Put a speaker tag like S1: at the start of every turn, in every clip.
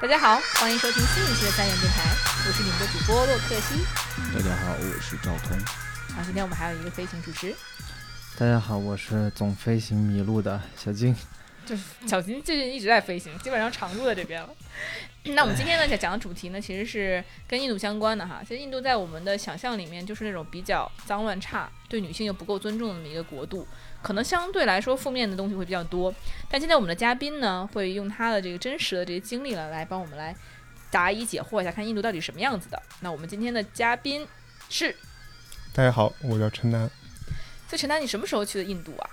S1: 大家好，欢迎收听新一期的三元电台，我是你们的主播洛克西。
S2: 大家好，我是赵通。
S1: 啊，今天我们还有一个飞行主持，
S3: 大家好，我是总飞行迷路的小静。
S1: 就是小金最近一直在飞行，基本上常住在这边了。嗯那我们今天呢，讲讲的主题呢，其实是跟印度相关的哈。其实印度在我们的想象里面，就是那种比较脏乱差，对女性又不够尊重的那么一个国度，可能相对来说负面的东西会比较多。但今天我们的嘉宾呢，会用他的这个真实的这些经历了，来帮我们来答疑解惑一下，看印度到底什么样子的。那我们今天的嘉宾是，
S4: 大家好，我叫陈楠，
S1: 所以陈丹，你什么时候去的印度啊？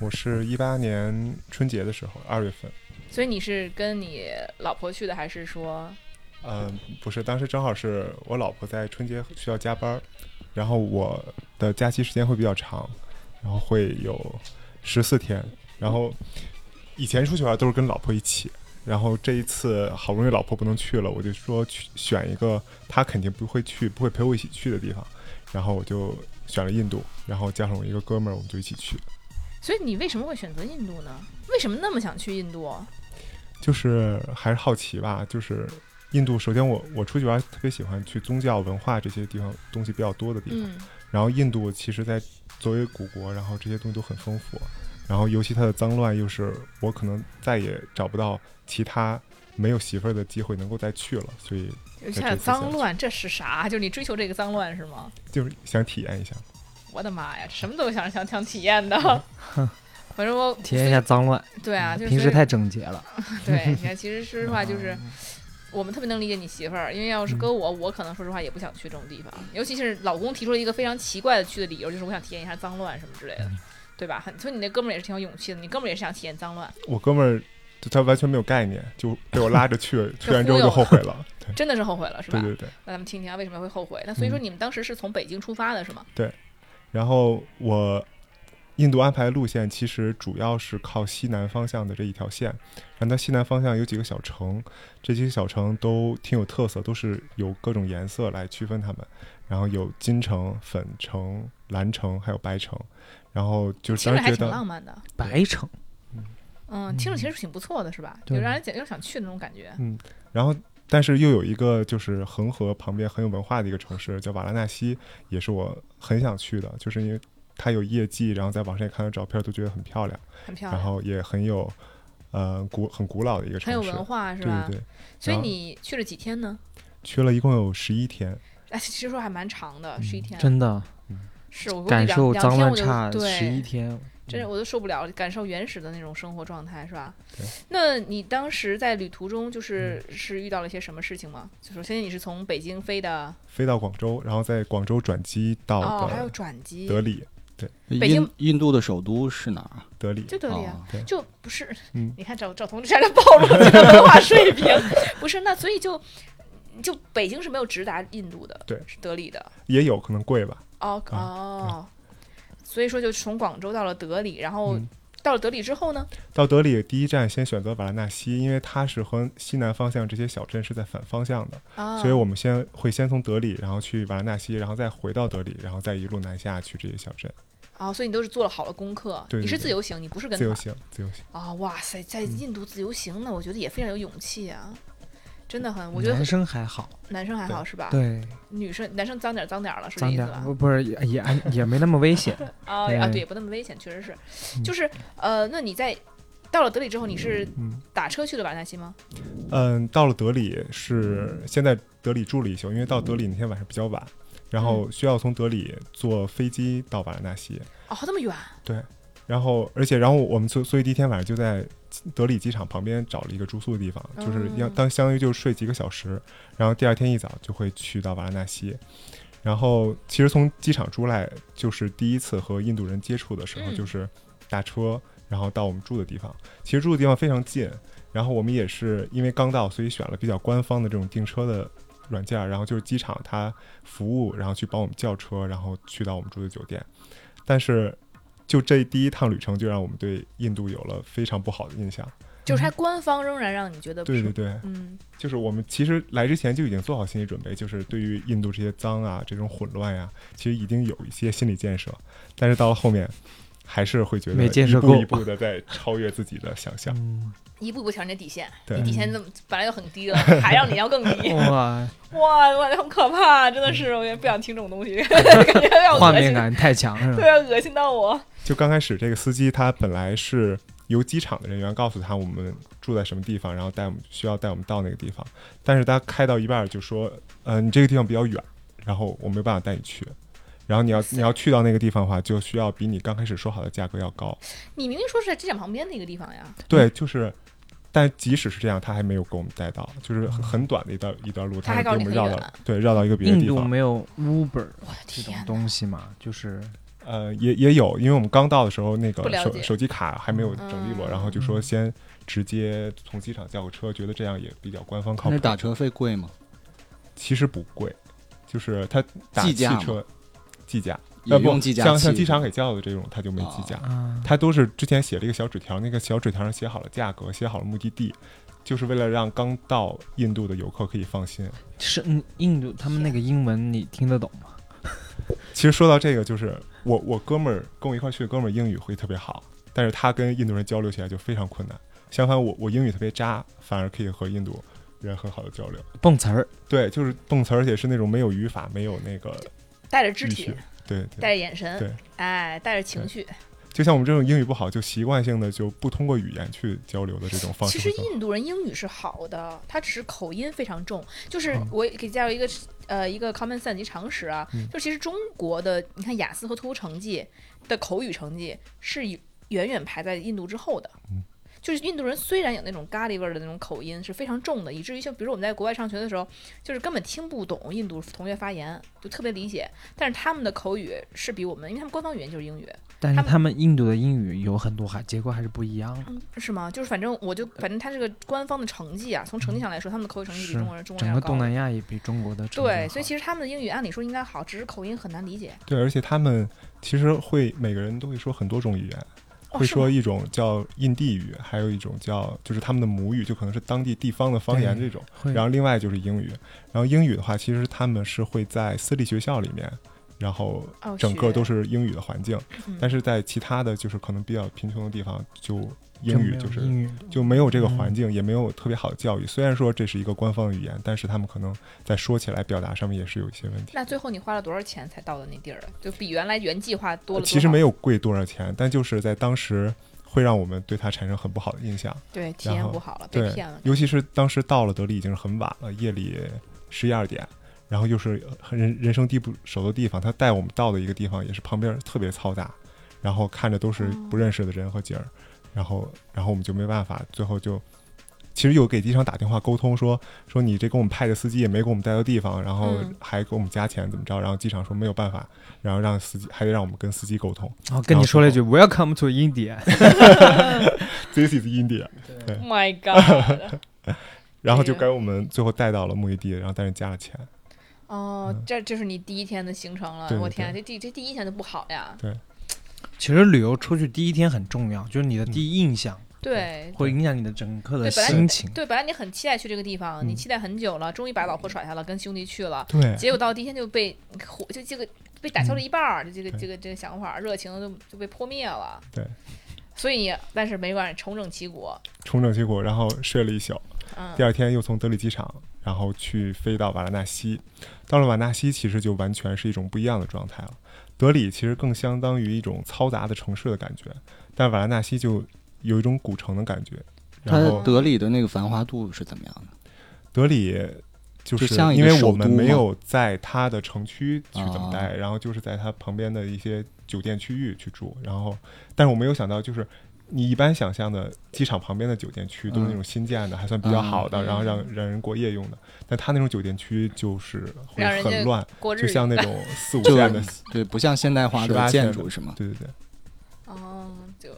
S4: 我是一八年春节的时候，二月份，
S1: 所以你是跟你老婆去的，还是说
S4: 呃，不是，当时正好是我老婆在春节需要加班儿，然后我的假期时间会比较长，然后会有十四天，然后以前出去玩都是跟老婆一起，然后这一次好不容易老婆不能去了，我就说去选一个她肯定不会去、不会陪我一起去的地方，然后我就选了印度，然后加上我一个哥们儿，我们就一起去。
S1: 所以你为什么会选择印度呢？为什么那么想去印度？
S4: 就是还是好奇吧，就是印度。首先我，我出去玩特别喜欢去宗教文化这些地方东西比较多的地方。
S1: 嗯，
S4: 然后印度其实在作为古国，然后这些东西都很丰富，然后尤其它的脏乱又是我可能再也找不到其他没有媳妇儿的机会能够再去了，所以
S1: 有点脏乱，这是啥？就是你追求这个脏乱是吗？
S4: 就是想体验一下。
S1: 我的妈呀，什么都想想想体验的。 反正我
S3: 体验一下脏乱，
S1: 对啊，就是
S3: 嗯平时嗯太整洁了。
S1: 对，你看，其实说实话就是。我们特别能理解你媳妇儿，因为
S3: 嗯
S1: 要是搁我，我可能说实话也不想去这种地方，尤其是老公提出了一个非常奇怪的去的理由，就是我想体验一下脏乱什么之类
S3: 嗯
S1: 的，对吧？很，所以你那哥们儿也是挺有勇气的，你哥们儿也是想体验脏乱，
S4: 我哥们儿就他完全没有概念，就被我拉着去，去完之后就后悔了。对
S1: 真的是后悔了，是吧？
S4: 对对嗯对。
S1: 那咱们听听啊，为什么会后悔？那所以说你们当时是从北京出发的是吗？
S4: 然后我印度安排的路线其实主要是靠西南方向的这一条线，然后它西南方向有几个小城，这几个小城都挺有特色，都是有各种颜色来区分它们，然后有金城、粉城、蓝城，还有白城，然后就是
S1: 听
S4: 当
S1: 着
S4: 时
S1: 还
S4: 觉
S1: 挺
S4: 得
S1: 浪漫的，
S3: 白城，
S1: 嗯，听着其实挺不错的，是吧？
S3: 对
S1: 有让人想又想去的那种感觉。
S4: 然后，但是又有一个就是恒河旁边很有文化的一个城市，叫瓦拉纳西，也是我很想去的，就是因为它有业绩，然后在网上也看到照片，都觉得很漂亮，
S1: 很漂
S4: 然
S1: 亮，
S4: 后也很有，呃，古很古老的一个城
S1: 很
S4: 市，
S1: 有文化，是
S4: 对
S1: 吧？
S4: 对对，
S1: 所以
S4: 然后
S1: 你去了几天呢？
S4: 去了一共有十一天，
S1: 哎，其实说还蛮长的，
S4: 嗯
S1: 十一天。
S3: 真的
S1: 是我估计
S3: 感
S1: 两
S3: 受
S1: 两
S3: 脏
S1: 天
S3: 乱
S1: 我就
S3: 差十一
S1: 对，
S3: 天，
S1: 真是我都受不了，感受原始的那种生活状态，是吧
S4: 对？嗯
S1: 那你当时在旅途中就是是遇到了一些什么事情吗？就首先你是从北京飞的，
S4: 飞到广州，然后在广州转机
S1: 哦
S4: 到，
S1: 还有
S4: 的
S1: 转机，
S4: 德里，
S1: 北京
S5: 印印度的首都是哪儿？
S4: 德里
S1: 就德里啊。
S5: 哦
S1: 就不是，
S4: 嗯
S1: 你看赵赵彤这的暴露自己的文化水 平，不是那所以就就北京是没有直达印度的，
S4: 对，
S1: 是德里的，
S4: 也有可能贵吧，
S1: 哦
S4: 啊
S1: 哦，所以说就从广州到了德里，然后
S4: 嗯
S1: 到了德里之后呢，
S4: 到德里第一站先选择瓦拉纳西，因为它是和西南方向这些小镇是在反方向的，
S1: 啊，
S4: 所以我们先会先从德里，然后去瓦拉纳西，然后再回到德里，然后再一路南下去这些小镇。
S1: 啊，所以你都是做了好的功课，
S4: 对对
S1: 你是自
S4: 对
S1: 由行，你不是跟
S4: 自由
S1: 团
S4: 行，嗯自由行，
S1: 啊，哇塞，在印度自由行呢，我觉得也非常有勇气啊。真的很，我觉得
S3: 男生还好，
S1: 男生还好是吧？
S3: 对，
S1: 女生男生脏点儿脏点儿了，是这
S3: 脏
S1: 意思
S3: 点
S1: 吧？
S3: 不不是也也也没那么危险。
S1: 啊啊，
S3: 对
S1: 对，也不那么危险，确实是，就是呃，那你在到了德里之后，你是
S4: 嗯
S1: 打车去的瓦纳西吗？
S4: 嗯，到了德里是先在德里住了一宿，因为到德里那天晚上比较晚，然后需要从德里坐飞机到瓦拉纳西，
S1: 哦，这么远，
S4: 然后而且然后我们所所以第一天晚上就在德里机场旁边找了一个住宿的地方，就是要
S1: 嗯
S4: 当相当于就是睡几个小时，然后第二天一早就会去到瓦拉纳西。然后其实从机场出来就是第一次和印度人接触的时候，
S1: 嗯
S4: 就是打车，然后到我们住的地方。其实住的地方非常近，然后我们也是因为刚到，所以选了比较官方的这种订车的软件儿，然后就是机场它服务，然后去帮我们叫车，然后去到我们住的酒店。但是就这第一趟旅程，就让我们对印度有了非常不好的印象。
S1: 就是它官方仍然让你觉得不
S4: 嗯对
S1: 舒
S4: 对
S1: 服。
S4: 对，
S1: 嗯，
S4: 就是我们其实来之前就已经做好心理准备，就是对于印度这些脏啊、这种混乱呀、其实已经有一些心理建设，但是到了后面，还是会觉得
S3: 没建设
S4: 一步
S3: 够
S4: 一步的在超越自己的想象。
S3: 嗯，
S1: 一步步调整你的底线，
S4: 对
S1: 你底线
S3: 嗯
S1: 这么本来就很 低了，还让你要更低，
S3: 哇，
S1: 哇，我感觉很可怕，真的
S4: 嗯
S1: 是，我也不想听这种 东西，感觉要
S3: 画
S1: 恶
S3: 面
S1: 心，
S3: 感太强了是吧
S1: 对，？要恶心到我。
S4: 就刚开始这个司机他本来是由机场的人员告诉他我们住在什么地方，然后带我们需要带我们到那个地方，但是他开到一半儿就说，呃，你这个地方比较远，然后我没有办法带你去。然后你要你要去到那个地方的话，就需要比你刚开始说好的价格要高。
S1: 你明明说是在机场旁边的一个地方呀，
S4: 对，就是，但即使是这样，他还没有给我们带到，就是很很短的一段一段路，
S1: 他还
S4: 还给
S1: 告
S4: 我
S1: 诉你
S4: 们
S1: 很
S4: 绕到
S1: 远
S4: 对绕到一个别的
S3: 印
S4: 地
S3: 度
S4: 方。
S3: 没有 Uber
S1: 我的
S3: 这种
S1: 啊天哪！
S3: 东西嘛，就是
S4: 呃，也也有，因为我们刚到的时候，那
S1: 不
S4: 个
S1: 了
S4: 手
S1: 解
S4: 手机卡还没有整理过，
S1: 嗯
S4: 然后就说先直接从机场叫个车，觉得这样也比较官方靠
S5: 那
S4: 谱。
S5: 打车费贵吗？
S4: 其实不贵，就是他打
S5: 计
S4: 汽
S5: 价
S4: 车计价，
S5: 也
S4: 呃不
S5: 用计价器哦
S4: 像像机场给叫的这种，他就没计价。
S3: 啊，
S4: 他都是之前写了一个小纸条，那个小纸条上写好了价格，写好了目的地，就是为了让刚到印度的游客可以放心。
S3: 是嗯，印度他们那个英文你听得懂吗？
S4: 其实说到这个，就是我我哥们儿跟我一块儿去的哥们儿英语会特别好，但是他跟印度人交流起来就非常困难。相反我，我英语特别渣，反而可以和印度人很好的交流。
S3: 蹦词儿，
S4: 对，就是蹦词儿，而且是那种没有语法、没有那个
S1: 带着肢
S4: 语
S1: 体
S4: 序，。对对，
S1: 带着眼神，
S4: 对
S1: 哎，带着情绪。
S4: 就像我们这种英语不好，就习惯性的就不通过语言去交流的这种方
S1: 其实
S4: 式会更好。
S1: 印度人英语是好的，他只是口音非常重。就是
S4: 嗯
S1: 我给介绍一个呃一个 common sense 一常识啊，
S4: 嗯
S1: 就其实中国的你看雅思和托福成绩的口语成绩是远远排在印度之后的。
S4: 嗯
S1: 就是印度人虽然有那种咖喱味儿的那种口音是非常重的，以至于像比如我们在国外上学的时候，就是根本听不懂印度同学发言，就特别理解。但是他们的口语是比我们，因为他们官方语言就是英语，
S3: 但是
S1: 他们
S3: 他们印度的英语有很多还结果还是不一样的，
S1: 是吗？就是反正我就反正他这个官方的成绩啊，从成绩上来说，他们的口语成绩比
S3: 是
S1: 中国人中国
S3: 整
S1: 人
S3: 个
S1: 要高
S3: 东。南亚也比中国的成绩
S1: 对，
S3: 好
S1: 所以其实他们的英语按理说应该好，只是口音很难理解。
S4: 对，而且他们其实会每个人都会说很多种语言，
S1: 哦
S4: 会
S1: 是吗
S4: 说一种叫印地语，还有一种叫就是他们的母语，就可能是当地地方的方言
S3: 对
S4: 这种。
S3: 会
S4: 然后另外就是英语，然后英语的话，其实他们是会在私立学校里面，然后
S1: 哦，
S4: 整个
S1: 学
S4: 都是英语的环境，
S1: 嗯
S4: 但是在其他的就是可能比较贫穷的地方，就
S3: 就
S4: 英
S3: 没
S4: 语
S3: 有
S4: 就是
S3: 英语嗯
S4: 就没有这个环境，也没有特别好的教育。虽然说这是一个官方的语言，但是他们可能在说起来、表达上面也是有一些问题。
S1: 那最后你花了多少钱才到的那地儿啊？就比原来原计划多了多少？
S4: 呃其实没有贵多少钱，但就是在当时会让我们对它产生很不好的印象。
S1: 对，体验
S4: 然后
S1: 不好了，被
S4: 对
S1: 骗了，。
S4: 尤其是当时到了德里已经是很晚了，夜里十一二点，然后又是很人人生地不熟的地方，他带我们到的一个地方也是旁边特别嘈杂，然后看着都是不认识的人和景儿，然后然后我们就没办法，最后就。其实有给机场打电话沟通说说你这给我们派的司机也没给我们带到地方，然后
S1: 嗯
S4: 还给我们加钱怎么着？然后机场说没有办法，然后让司机还得让我们跟司机沟通。
S3: 然后哦跟你说了一句 “Welcome to India”，
S4: This is India，
S1: Oh My God！
S4: 然后就
S1: 这
S4: 给
S1: 个
S4: 我们最后带到了目的地，然后但是加了钱。
S1: 哦，这这是你第一天的行程了
S4: 嗯对，对
S1: 我天啊，这第这第一天就不好呀。
S3: 其实旅游出去第一天很重要，就是
S4: 嗯
S3: 你的第一印象
S1: 对，
S3: 会影响你的整个的
S1: 对本来
S3: 心情。
S1: 对，本来你很期待去这个地方，你
S4: 嗯
S1: 期待很久了，终于把老婆甩下了，跟兄弟去了，
S4: 对，
S1: 结果到第一天就被火，就这个被打消了一半儿，就这个
S4: 嗯对
S1: 这个这个想法儿，热情就就被破灭了。
S4: 对，
S1: 所以但是没关系，重整旗鼓。
S4: 重整旗鼓，然后睡了一宿。
S1: 嗯
S4: 第，二天又从德里机场，然后去飞到瓦拉纳西。到了瓦纳西，其实就完全是一种不一样的状态了。德里其实更相当于一种嘈杂的城市的感觉，但瓦拉纳西就有一种古城的感觉。
S5: 它
S4: 然后
S5: 德里的那个繁华度是怎么样的？
S4: 德里就是
S5: 就像一
S4: 因
S5: 个
S4: 为
S5: 首
S4: 我
S5: 都
S4: 们没
S5: 嘛
S4: 有在它的城区去等
S5: 啊
S4: 待，然后就是在它旁边的一些酒店区域去住，然后但是我没有想到就是。你一般想象的机场旁边的酒店区都是那
S5: 嗯
S4: 种新建的，还算比较好的，
S1: 嗯
S4: 然后让让人过夜用的。但它那种酒店区就是会
S1: 让人家
S4: 很乱，
S1: 过日
S4: 就
S1: 子。
S4: 像那种四五
S5: 就
S4: 线的，
S5: 对，不像现代化
S4: 18
S5: 的
S4: 线
S5: 建
S4: 的
S5: 筑是吗？
S4: 对对对，
S1: 嗯哦，就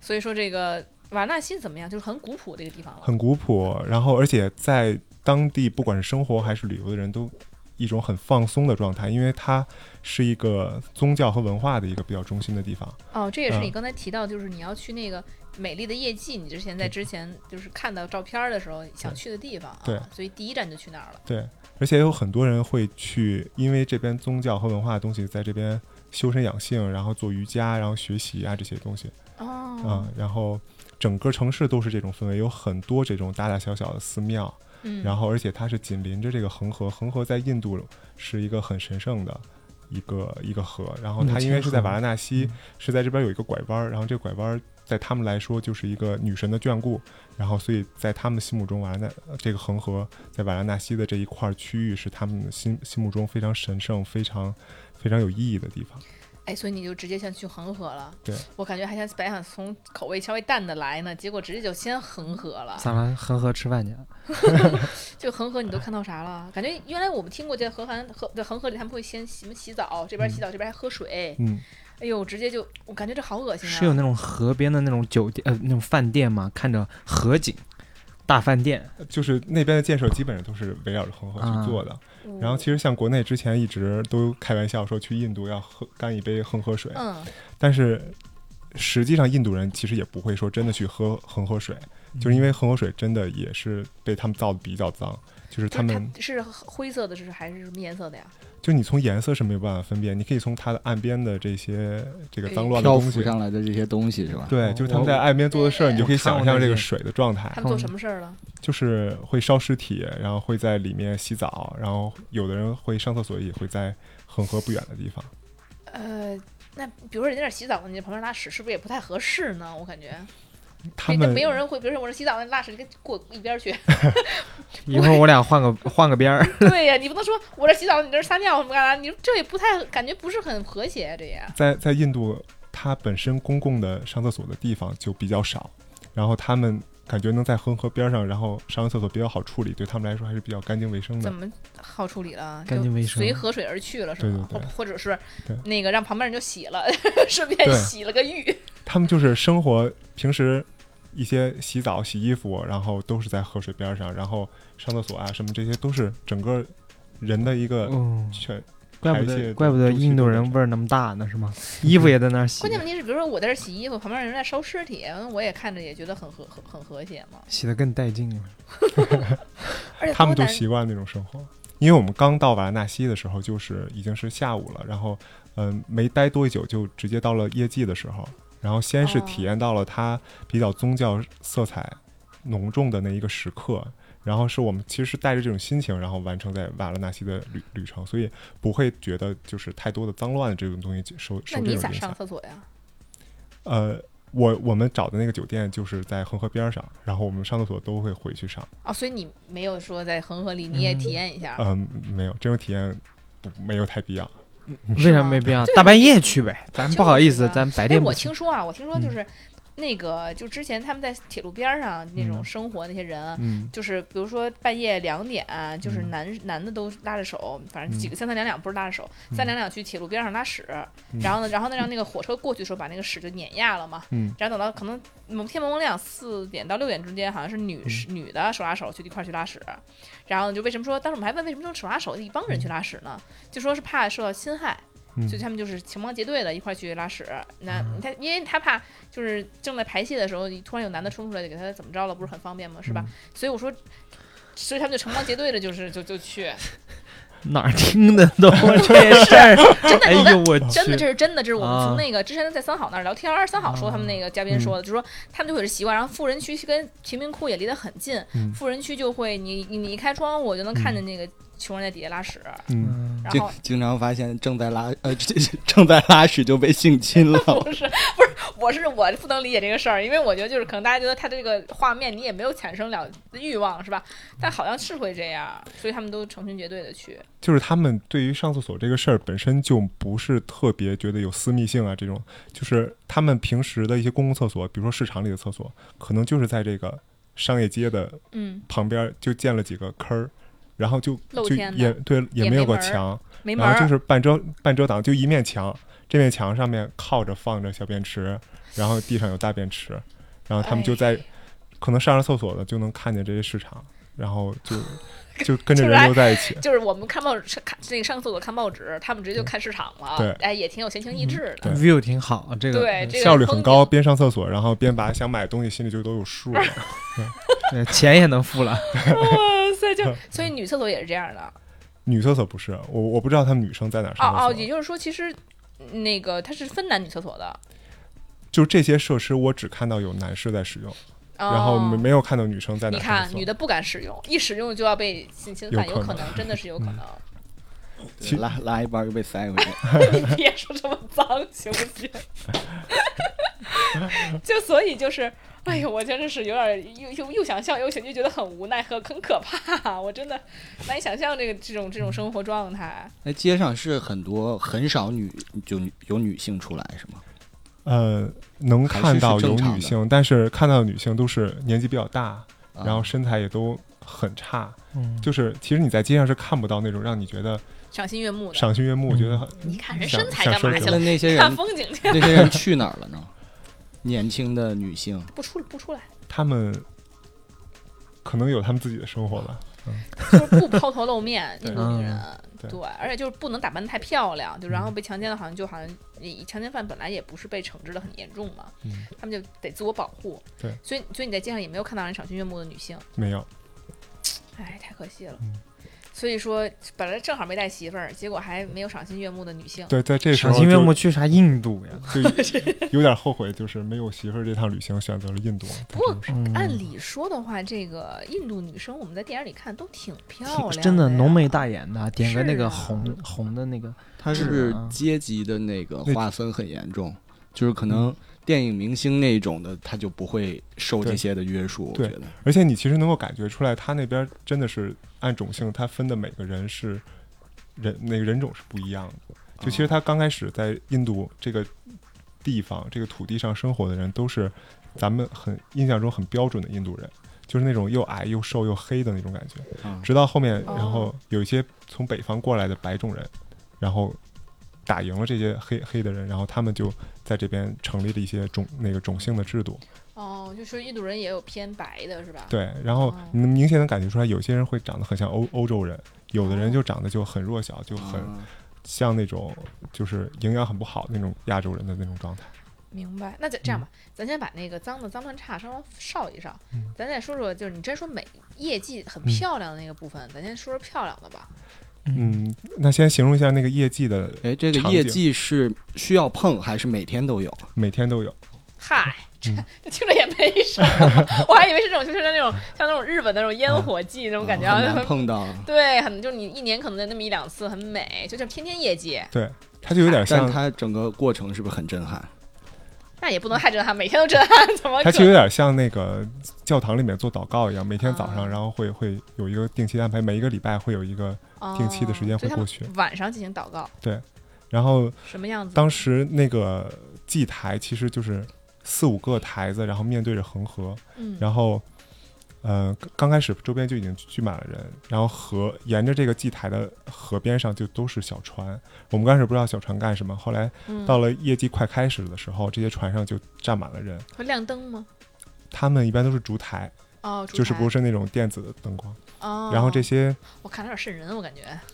S1: 所以说这个瓦纳西怎么样，就是很古朴的一个地方了。
S4: 很古朴，然后而且在当地不管是生活还是旅游的人都一种很放松的状态，因为它是一个宗教和文化的一个比较中心的地方。
S1: 哦，这也是你
S4: 嗯
S1: 刚才提到，就是你要去那个美丽的夜季，你之前在之前就是看到照片儿的时候想去的地方啊。
S4: 对，
S1: 所以第一站就去那儿了。
S4: 对，而且有很多人会去，因为这边宗教和文化的东西在这边修身养性，然后做瑜伽，然后学习啊这些东西啊、
S1: 哦，
S4: 然后整个城市都是这种氛围，有很多这种大大小小的寺庙，
S1: 嗯，
S4: 然后而且它是紧邻着这个恒河，恒河在印度是一个很神圣的。一个一个河，然后它因为是在瓦拉纳西，是在这边有一个拐弯儿，然后这拐弯儿在他们来说就是一个女神的眷顾，然后所以在他们心目中，瓦拉纳呃这个恒河在瓦拉纳西的这一块区域是他们心心目中非常神圣、非常非常有意义的地方。
S1: 哎，所以你就直接先去恒河了。
S4: 对，
S1: 我感觉还想本来想从口味稍微淡的来呢，结果直接就先恒河了。
S3: 咱们恒河吃饭去。啊
S1: 就恒河你都看到啥了？感觉原来我们听过，在河韩河在恒河里他们会先洗什么洗澡，这边洗澡，这边还喝水。
S4: 嗯，
S1: 哎呦，直接就我感觉这好恶心啊！
S3: 是有那种河边的那种酒店呃那种饭店吗？看着河景，大饭店，
S4: 就是那边的建设基本上都是围绕着恒河去做的。
S1: 嗯
S4: 然后其实像国内之前一直都开玩笑说去印度要喝干一杯恒河水，
S1: 嗯，
S4: 但是实际上印度人其实也不会说真的去喝恒河水，嗯就是因为恒河水真的也是被他们造的比较脏，就是
S1: 就
S4: 他
S1: 是
S4: 们
S1: 它是灰色的，是还是什么颜色的呀？
S4: 就你从颜色是没有办法分辨，你可以从它的岸边的这些这个脏乱的
S5: 漂
S4: 东
S5: 浮
S4: 西，
S5: 上来的这些东西是吧？
S4: 对，就是他们在岸边做的事儿，你就可以想象这个水的状态
S1: 他，们做什么事儿了？
S4: 就是会烧尸体，然后会在里面洗澡，然后有的人会上厕所，也会在恒河不远的地方。
S1: 呃，那比如说人家在那儿洗澡，你在旁边拉屎，是不是也不太合适呢？我感觉，
S4: 他
S1: 那
S4: 们
S1: 没有人会，比如说我这洗澡，拉屎，你给我一边儿去。
S3: 一会儿我俩换个换个边儿。
S1: 对呀、你不能说我这洗澡，你这撒尿什么干啥？你这也不太感觉不是很和谐，这也。
S4: 在在印度，它本身公共的上厕所的地方就比较少，然后他们感觉能在恒河边上，然后上完厕所比较好处理，对他们来说还是比较干净卫生的
S1: 怎。么好处理了？
S3: 干净
S1: 就
S3: 卫生
S1: 随河水而去了是吗？
S4: 对对对
S1: 或或者是
S4: 对
S1: 那个让旁边人就洗了， 顺便
S4: 对
S1: 洗了个浴。
S4: 他们就是生活平时一些洗澡、洗衣服，然后都是在河水边上，然后上厕所啊什么，这些都是整个人的一个
S3: 嗯，
S4: 全。
S3: 怪不
S4: 排泄
S3: 得怪不得
S4: 周期
S3: 印度
S4: 都
S3: 人
S4: 很
S3: 味儿那么大呢，是吗？衣服也在那儿洗
S1: 关，键问题是，比如说我在这洗衣服，旁边人在烧尸体，我也看着也觉得很和很很和谐嘛。
S3: 洗得更带劲了。
S1: 而且
S4: 他们
S1: 多
S4: 就
S1: 难
S4: 习惯那种生活。因为我们刚到瓦拉纳西的时候，就是已经是下午了，然后嗯、没待多久就直接到了夜季的时候，然后先是
S1: 哦
S4: 体验到了它比较宗教色彩浓重的那一个时刻。然后是我们其实是带着这种心情，然后完成在瓦拉纳西的旅旅程，所以不会觉得就是太多的脏乱的这种东西啊受
S1: 那
S4: 受这
S1: 你
S4: 种
S1: 咋
S4: 影
S1: 上
S4: 响。
S1: 厕所呀？
S4: 呃，我我们找的那个酒店就是在恒河边上，然后我们上厕所都会回去上。
S1: 哦，所以你没有说在恒河里你也体验一下，
S4: 嗯，没有这种体验不没有太必要。
S3: 为啥没必要？大半夜去呗，咱不好意思，
S1: 就是
S3: 咱白
S1: 哎，
S3: 天不
S1: 我
S3: 去。
S1: 听说啊，我听说就是那个，就之前他们在铁路边儿上那种生活那些人啊，
S4: 嗯
S1: 就是比如说半夜两点啊，就是男、男的都拉着手，反
S4: 嗯
S1: 正几个三三两两不是拉着手，三两两去铁路边上拉屎，
S4: 嗯
S1: 然后呢，然后呢让那个火车过去的时候把那个屎就碾压了嘛。
S4: 嗯
S1: 然后等到可能蒙天蒙蒙亮四点到六点之间，好像是
S4: 嗯
S1: 女、女的手拉手去一块儿去拉屎，然后就为什么说当时我们还问为什么说手拉手一帮人去拉屎呢？就说是怕受到侵害，
S4: 嗯
S1: 所以他们就是情帮结队的一块去拉屎。那他因为他怕就是正在排泄的时候，突然有男的冲出来给他怎么着了，不是很方便吗？是吧？所以我说，所以他们就成帮结队的，就是就就去，啊
S3: 哪儿听得懂这事儿？
S1: 真的
S3: 哎
S1: 有的。
S3: 呦我
S1: 真的，
S3: 去！
S1: 这是真的，这是我们从
S3: 啊
S1: 那个之前在三好那儿聊天儿，三好说他们那个嘉宾
S4: 嗯
S1: 说的，就说他们就会有这习惯，然后富人区跟贫民窟也离得很近，
S4: 嗯
S1: 富人区就会你你你一开窗户，我就能看见那个穷人在底下拉屎，
S4: 嗯，
S3: 嗯
S1: 然
S5: 经
S1: 后
S5: 经常发现正在拉呃 正在拉屎就被性 侵了，
S1: 不是，不是， 我是我不能理解这个事儿，因为我觉得就是可能大家觉得他这个画面你也没有产生了欲望是吧？但好像是会这样，所以他们都成群结队的去。
S4: 就是他们对于上厕所这个事儿本身就不是特别觉得有私密性啊，这种就是他们平时的一些公共厕所，比如说市场里的厕所，可能就是在这个商业街的
S1: 嗯，
S4: 旁边儿就建了几个坑儿，然后就
S1: 露
S4: 就
S1: 天的
S4: 也对
S1: 也
S4: 也没有
S1: 没
S4: 个
S1: 门儿
S4: 墙，
S1: 没门
S4: 然
S1: 儿。
S4: 后就是半遮半遮挡，就一面墙，这面墙上面靠着放着小便池，然后地上有大便池，
S1: 哎
S4: 然后他们就在、可能上着厕所的就能看见这些市场，然后 就就跟着
S1: 就来
S4: 人流在 一起。
S1: 就是我们看报纸看那个上厕所看报纸，他们直接就看市场了，
S4: 嗯对
S1: 哎，也挺有闲情逸致的，
S4: 对
S3: view 挺好，这个
S1: 对，
S3: 呃
S1: 这个
S4: 效率很高，
S1: 风
S4: 边上厕所，然后边把想买的东西心里就都有 数了。
S3: 呃钱也能 付了。
S1: 景。哇塞，就所以女厕所也是这样的。哦
S4: 女厕所不是，我我不知道他们女生在哪儿上厕所。
S1: 哦哦，也就是说，其实那个它是分男女厕所的，
S4: 就这些设施，我只看到有男士在使用，
S1: 哦、
S4: 然后没没有看到女生在
S1: 你
S4: 哪儿上
S1: 看
S4: 厕，所。
S1: 女的不敢使用，一使用就要被性侵犯，有
S4: 有可能
S1: 能，真的是有可 能。
S4: 其
S5: 拉拉一半又被塞回去。
S1: 你别说这么脏，行不行？ 就所以就是，哎呦，我真的是有点又又又想笑，又想又觉得很无奈和很可怕， 我真的难以想象这个这种这种生活状态。
S5: 那街上是很多很少女就有女性出来是吗？
S4: 呃，能看到有女
S5: 还是是正
S4: 性，但是看到的女性都是年纪比较大，
S5: 啊
S4: 然后身材也都很差，
S3: 嗯，
S4: 就是其实你在街上是看不到那种让你觉得
S1: 赏心悦目的，
S4: 赏心悦目，
S3: 嗯
S4: 觉得很
S1: 你看人
S4: 想
S1: 身材
S4: 想
S1: 干嘛
S4: 说
S1: 去
S4: 什
S1: 了
S5: 那？那些
S1: 看
S5: 人
S1: 风景去，
S5: 那些人去哪儿了呢？年轻的女性
S1: 不出不出来，
S4: 他们可能有他们自己的生活吧。
S1: 就是不抛头露 面
S4: 对
S1: 印度女人
S3: 嗯。
S4: 对
S1: 对，而且就是不能打扮得太漂亮，就然后被强奸的，好像就好像你强奸犯本来也不是被惩治的很严重嘛，
S4: 嗯
S1: 他们就得自我保护。
S4: 对，
S1: 所以所以你在街上也没有看到人赏心悦目的女性，
S4: 没有，
S1: 哎，太可惜了。
S4: 嗯
S1: 所以说，本来正好没带媳妇儿，结果还没有赏心悦目的女性。
S4: 对，在这时
S3: 赏
S4: 候
S3: 心悦目
S4: 就
S3: 去啥印度呀？
S4: 就 有点后悔，就是没有媳妇儿这趟旅行选择了印度。
S1: 不过
S4: 但是
S3: 嗯
S1: 按理说的话，这个印度女生我们在电影里看都挺漂亮呀
S3: 真的浓眉大眼的，点个那
S1: 是啊
S3: 个红红的那个，
S5: 她是不是
S4: 啊
S5: 阶级的那个划分很严重？就是可
S4: 嗯
S5: 能电影明星那种的，她就不会受这些的约束。我
S4: 对
S5: 觉得
S4: 而且你其实能够感觉出来，他那边真的是按种姓，他分的每个人是人那个人种是不一样的。
S5: 哦
S4: 就
S5: 啊
S4: 其实他刚开始在印度这个地方、这个土地上生活的人，都是咱们很印象中很标准的印度人，就是那种又矮又瘦又黑的那种感觉。
S5: 啊，
S4: 直到后面，
S1: 哦
S4: 然后有一些从北方过来的白种人，然后打赢了这些黑黑的人，然后他们就在这边成立了一些种那个种姓的制度。
S1: 哦，就是印度人也有偏白的，是吧？
S4: 对，然后
S1: 哦
S4: 你能明显能感觉出来，有些人会长得很像欧欧洲人，有的人
S1: 哦
S4: 就长得就很弱小，就很
S5: 啊
S4: 像那种就是营养很不好那种亚洲人的那种状态。
S1: 明白，那就这样吧，咱先把那个脏的脏乱差稍微少一少，
S4: 嗯
S1: 咱再说说，就是你真说美业绩很漂亮的那个部分，咱先说说漂亮的吧。
S4: 嗯，那先形容一下那个业绩的，
S5: 哎，这个
S4: 场景
S5: 业绩是需要碰还是每天都有？
S4: 每天都有。
S1: 嗨，这
S4: 嗯
S1: 这听着也没什么， 我还以为是这种，就是那种像那种日本的那种烟
S4: 嗯
S1: 火季那种感觉，
S5: 啊很
S1: 然
S5: 难
S1: 后
S5: 碰到。
S1: 对，很就是你一年可能就那么一两次，很美，就这天天业绩，
S4: 对，他就有点
S5: 但
S4: 像，
S5: 它整个过程是不是很震撼？
S1: 那也不能太震撼，每天都震撼， 怎么可
S4: 他其实有点像那个教堂里面做祷告一样，每天早
S1: 啊
S4: 上，然后会会有一个定期安排，每一个礼拜会有一个，定期的时间
S1: 哦就
S4: 会
S1: 他们
S4: 过去
S1: 晚上进行祷告，
S4: 然后
S1: 什么样子？
S4: 当时那个祭台其实就是四五个台子，然后面对着恒河，
S1: 嗯，
S4: 然后，呃，刚刚开始周边就已经聚满了人，然后河沿着这个祭台的河边上就都是小船。我们刚开始不知道小船干什么，后来
S1: 嗯
S4: 到了业绩快开始的时候，这些船上就站满了人。
S1: 会亮灯吗？
S4: 他们一般都是烛台，
S1: 哦，烛
S4: 就是
S1: 台
S4: 不是那种电子的灯光。
S1: 哦，
S4: 然后这些，
S1: 我看着有点瘆人，我感觉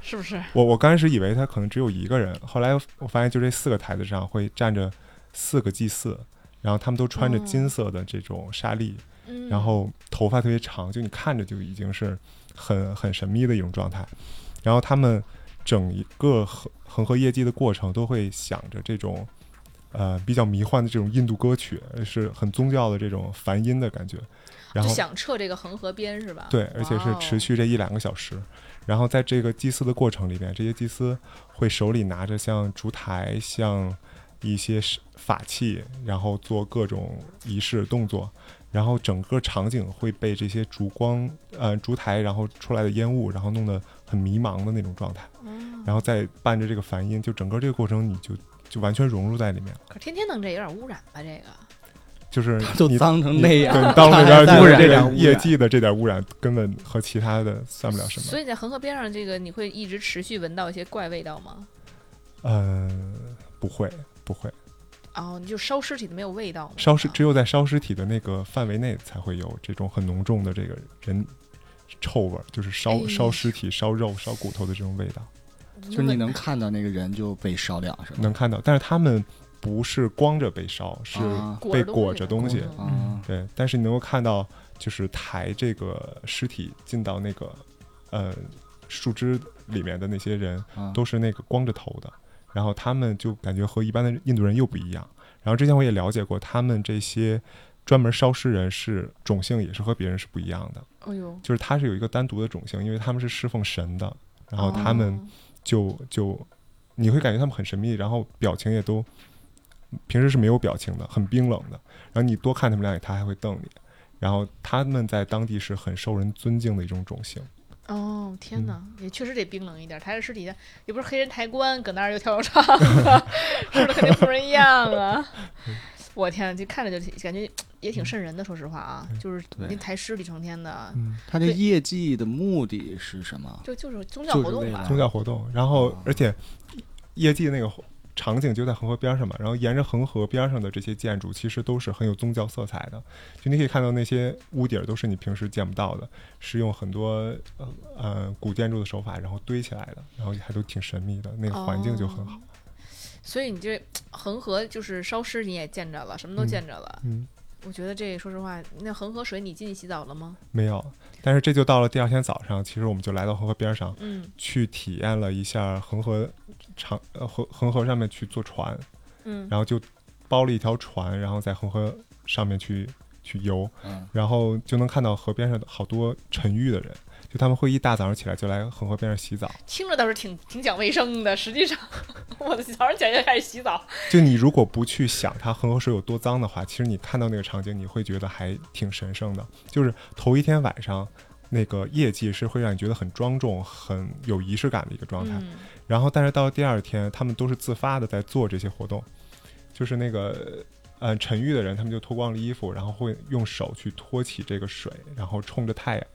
S1: 是不是？
S4: 我我刚开始以为他可能只有一个人，后来我发现就这四个台子上会站着四个祭祀，然后他们都穿着
S1: 哦
S4: 金色的这种纱丽，
S1: 嗯，
S4: 然后头发特别长，就你看着就已经是很很神秘的一种状态。然后他们整一个恒恒河业绩的过程都会想着这种呃比较迷幻的这种印度歌曲，是很宗教的这种梵音的感觉。然
S1: 就
S4: 后
S1: 响彻这个恒河边是吧？
S4: 对，而且是
S1: 哇哦
S4: 持。续这一两个小时。然后在这个祭祀的过程里面，这些祭司会手里拿着像烛台、像一些是法器，然后做各种仪式动作。然后整个场景会被这些烛光、呃烛台，然后出来的烟雾，然后弄得很迷茫的那种状态。
S1: 嗯
S4: 然后再伴着这个梵音，就整个这个过程，你就就完全融入在里面，
S1: 可天天弄这有点污染吧？这个
S4: 就是
S5: 都
S4: 你
S5: 脏成那样
S4: 对， 你到了那边
S3: 啊污染
S4: 就是这
S3: 污
S4: 点
S3: 染
S4: 业绩的这点污染，根本和其他的算不了什么。
S1: 所以在恒河边上，这个你会一直持续闻到一些怪味道吗？
S4: 呃，不会，不会，
S1: 哦，你就烧尸体的没有味道嘛。
S4: 烧尸只有在烧尸体的那个范围内才会有这种很浓重的这个人臭味儿，就是烧、
S1: 哎
S4: 烧尸体、烧肉、烧骨头的这种味道
S5: 就是你能看到那个人就被烧掉是吧？
S4: 能看到。但是他们不是光着被烧，是
S5: 啊
S4: 被裹着东西。
S1: 裹着东
S5: 啊，
S4: 对，但是你能够看到，就是抬这个尸体进到那个呃树枝里面的那些人，
S5: 啊
S4: 都是那个光着头的，然后他们就感觉和一般的印度人又不一样。然后之前我也了解过，他们这些专门烧尸人是种姓也是和别人是不一样的，
S1: 哎呦，
S4: 就是他是有一个单独的种姓，因为他们是侍奉神的，然后他们
S1: 哦
S4: 就、就你会感觉他们很神秘，然后表情也都平时是没有表情的，很冰冷的。然后你多看他们两眼，他还会瞪你。然后他们在当地是很受人尊敬的一种种姓。
S1: 哦，天
S4: 嗯
S1: 哪，也确实得冰冷一点。抬着尸体的也不是黑人抬棺，搁那儿又跳又唱说的肯定不是一样啊。我天，就看着就感觉也挺瘆人的，说实话啊，就是
S5: 对
S1: 那抬尸体成天的，
S4: 嗯，
S5: 他这
S1: 对
S5: 业绩的目的是什么？
S1: 就就是宗教活
S5: 就是
S1: 动
S5: 为
S1: 吧
S5: 了。
S4: 宗教活动，然后
S5: 啊
S4: 而且业绩那个场景就在恒河边上嘛，然后沿着恒河边上的这些建筑其实都是很有宗教色彩的，就你可以看到那些屋顶儿都是你平时见不到的，是用很多呃呃古建筑的手法然后堆起来的，然后还都挺神秘的，那个环境就很好。
S1: 哦所以你这恒河就是烧尸你也见着了，什么都
S4: 嗯
S1: 见着了。
S4: 嗯，
S1: 我觉得这说实话，那恒河水你进去洗澡了吗？
S4: 没有，但是这就到了第二天早上，其实我们就来到恒河边上
S1: 嗯
S4: 去体验了一下恒河长呃恒恒河上面去坐船，
S1: 嗯，
S4: 然后就包了一条船，然后在恒河上面去去游，
S5: 嗯，
S4: 然后就能看到河边上的好多沉郁的人，就他们会一大早上起来就来恒河边上洗澡。
S1: 听着倒是挺挺讲卫生的，实际上 我早上起来就开始洗澡。
S4: 就你如果不去想它恒河水有多脏的话，其实你看到那个场景，你会觉得还挺神圣的。就是头一天晚上。那个业绩是会让你觉得很庄重、很有仪式感的一个状态，
S1: 嗯，
S4: 然后但是到第二天，他们都是自发的在做这些活动，就是那个呃沉郁的人，他们就脱光了衣服，然后会用手去托起这个水，然后冲着太阳，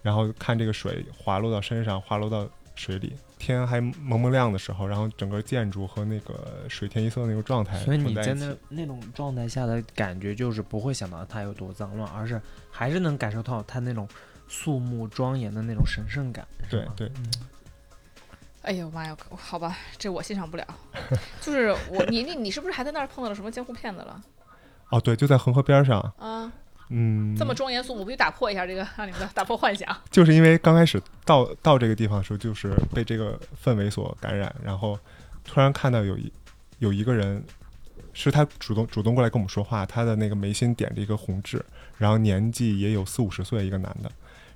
S4: 然后看这个水滑落到身上，滑落到水里。天还蒙蒙亮的时候，然后整个建筑和那个水天一色的那个状态
S3: 所以
S4: 混
S3: 你
S4: 在一
S3: 在
S4: 哎起
S3: 那那种状态下的感觉，就是不会想到它有多脏乱，而是还是能感受到它那种肃穆庄严的那种神圣感。是
S4: 对
S3: 吗嗯
S4: 对，
S1: 哎呦妈呀，可好吧，这我欣赏不了。 就是我你你你是不是还在那儿碰到了什么江湖骗子了
S4: 哦对，就在恒河边上，
S1: 啊？
S4: 嗯，
S1: 这么庄严肃穆，我必须打破一下这个让你们的打破幻想。
S4: 就是因为刚开始到到这个地方的时候，就是被这个氛围所感染，然后突然看到有一有一个人，是他主动主动过来跟我们说话，他的那个眉心点着一个红痣，然后年纪也有四五十岁，一个男的，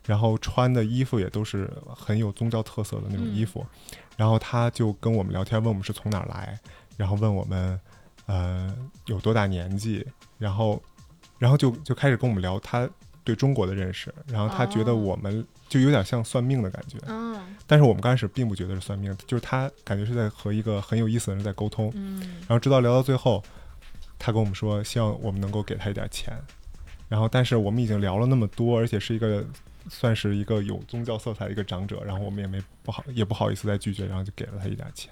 S4: 然后穿的衣服也都是很有宗教特色的那种衣服，然后他就跟我们聊天，问我们是从哪儿来，然后问我们呃有多大年纪，然后然后就就开始跟我们聊他对中国的认识，然后他觉得
S1: 哦
S4: 我们就有点像算命的感觉，
S1: 嗯
S4: 但是我们刚开始并不觉得是算命，就是他感觉是在和一个很有意思的人在沟通，
S1: 嗯
S4: 然后直到聊到最后，他跟我们说希望我们能够给他一点钱，然后但是我们已经聊了那么多，而且是一个算是一个有宗教色彩的一个长者，然后我们也没不好也不好意思再拒绝，然后就给了他一点钱，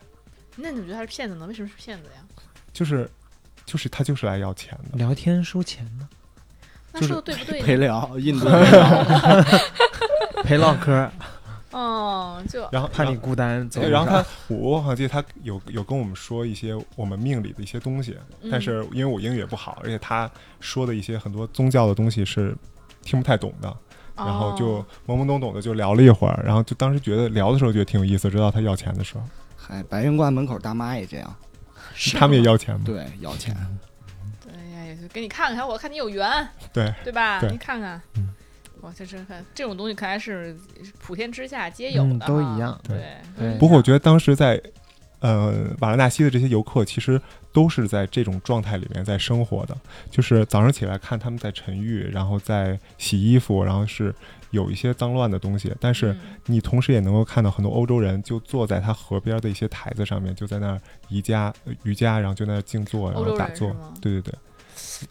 S1: 那你觉得他是骗子呢？为什么是骗子呀？
S4: 就是 就是他就是来要钱的，
S3: 聊天收钱 呢，
S1: 那
S4: 就是
S1: 说的对不对呢？
S5: 陪聊 印度陪聊
S3: 陪唠嗑，
S1: 哦，就
S4: 然后
S3: 怕你孤单走
S4: 对，
S3: 路
S4: 然后
S3: 上
S4: 他，我我好像记得他有有跟我们说一些我们命里的一些东西，
S1: 嗯
S4: 但是因为我英语也不好，而且他说的一些很多宗教的东西是听不太懂的，然后就
S1: 哦
S4: 懵懵懂懂的就聊了一会儿，然后就当时觉得聊的时候觉得挺有意思，直到他要钱的时候，
S5: 嗨，白云观门口大妈也这样，
S1: 是啊
S4: 他们也
S1: 吗
S4: 要钱嘛，
S5: 对，要钱。
S1: 哎呀，就给你看看，我看你有缘，
S4: 对
S1: 对吧？
S4: 对
S1: 你看看
S4: 嗯，
S1: 哇，这真很这种东西，看来是普天之下皆有
S3: 嗯
S1: 的，
S3: 都
S1: 哈
S3: 一。样。
S1: 对
S3: 对
S1: 嗯
S4: 不过我觉得当时在呃瓦拉纳西的这些游客其实都是在这种状态里面在生活的，就是早上起来看他们在晨浴，然后在洗衣服，然后是有一些脏乱的东西，但是。
S1: 嗯
S4: 你同时也能够看到很多欧洲人就坐在他河边的一些台子上面，就在那儿瑜伽呃瑜伽，然后就在那儿静坐，然
S1: 欧洲
S4: 呃后打
S1: 人是
S4: 坐
S1: 吗，
S4: 对对对。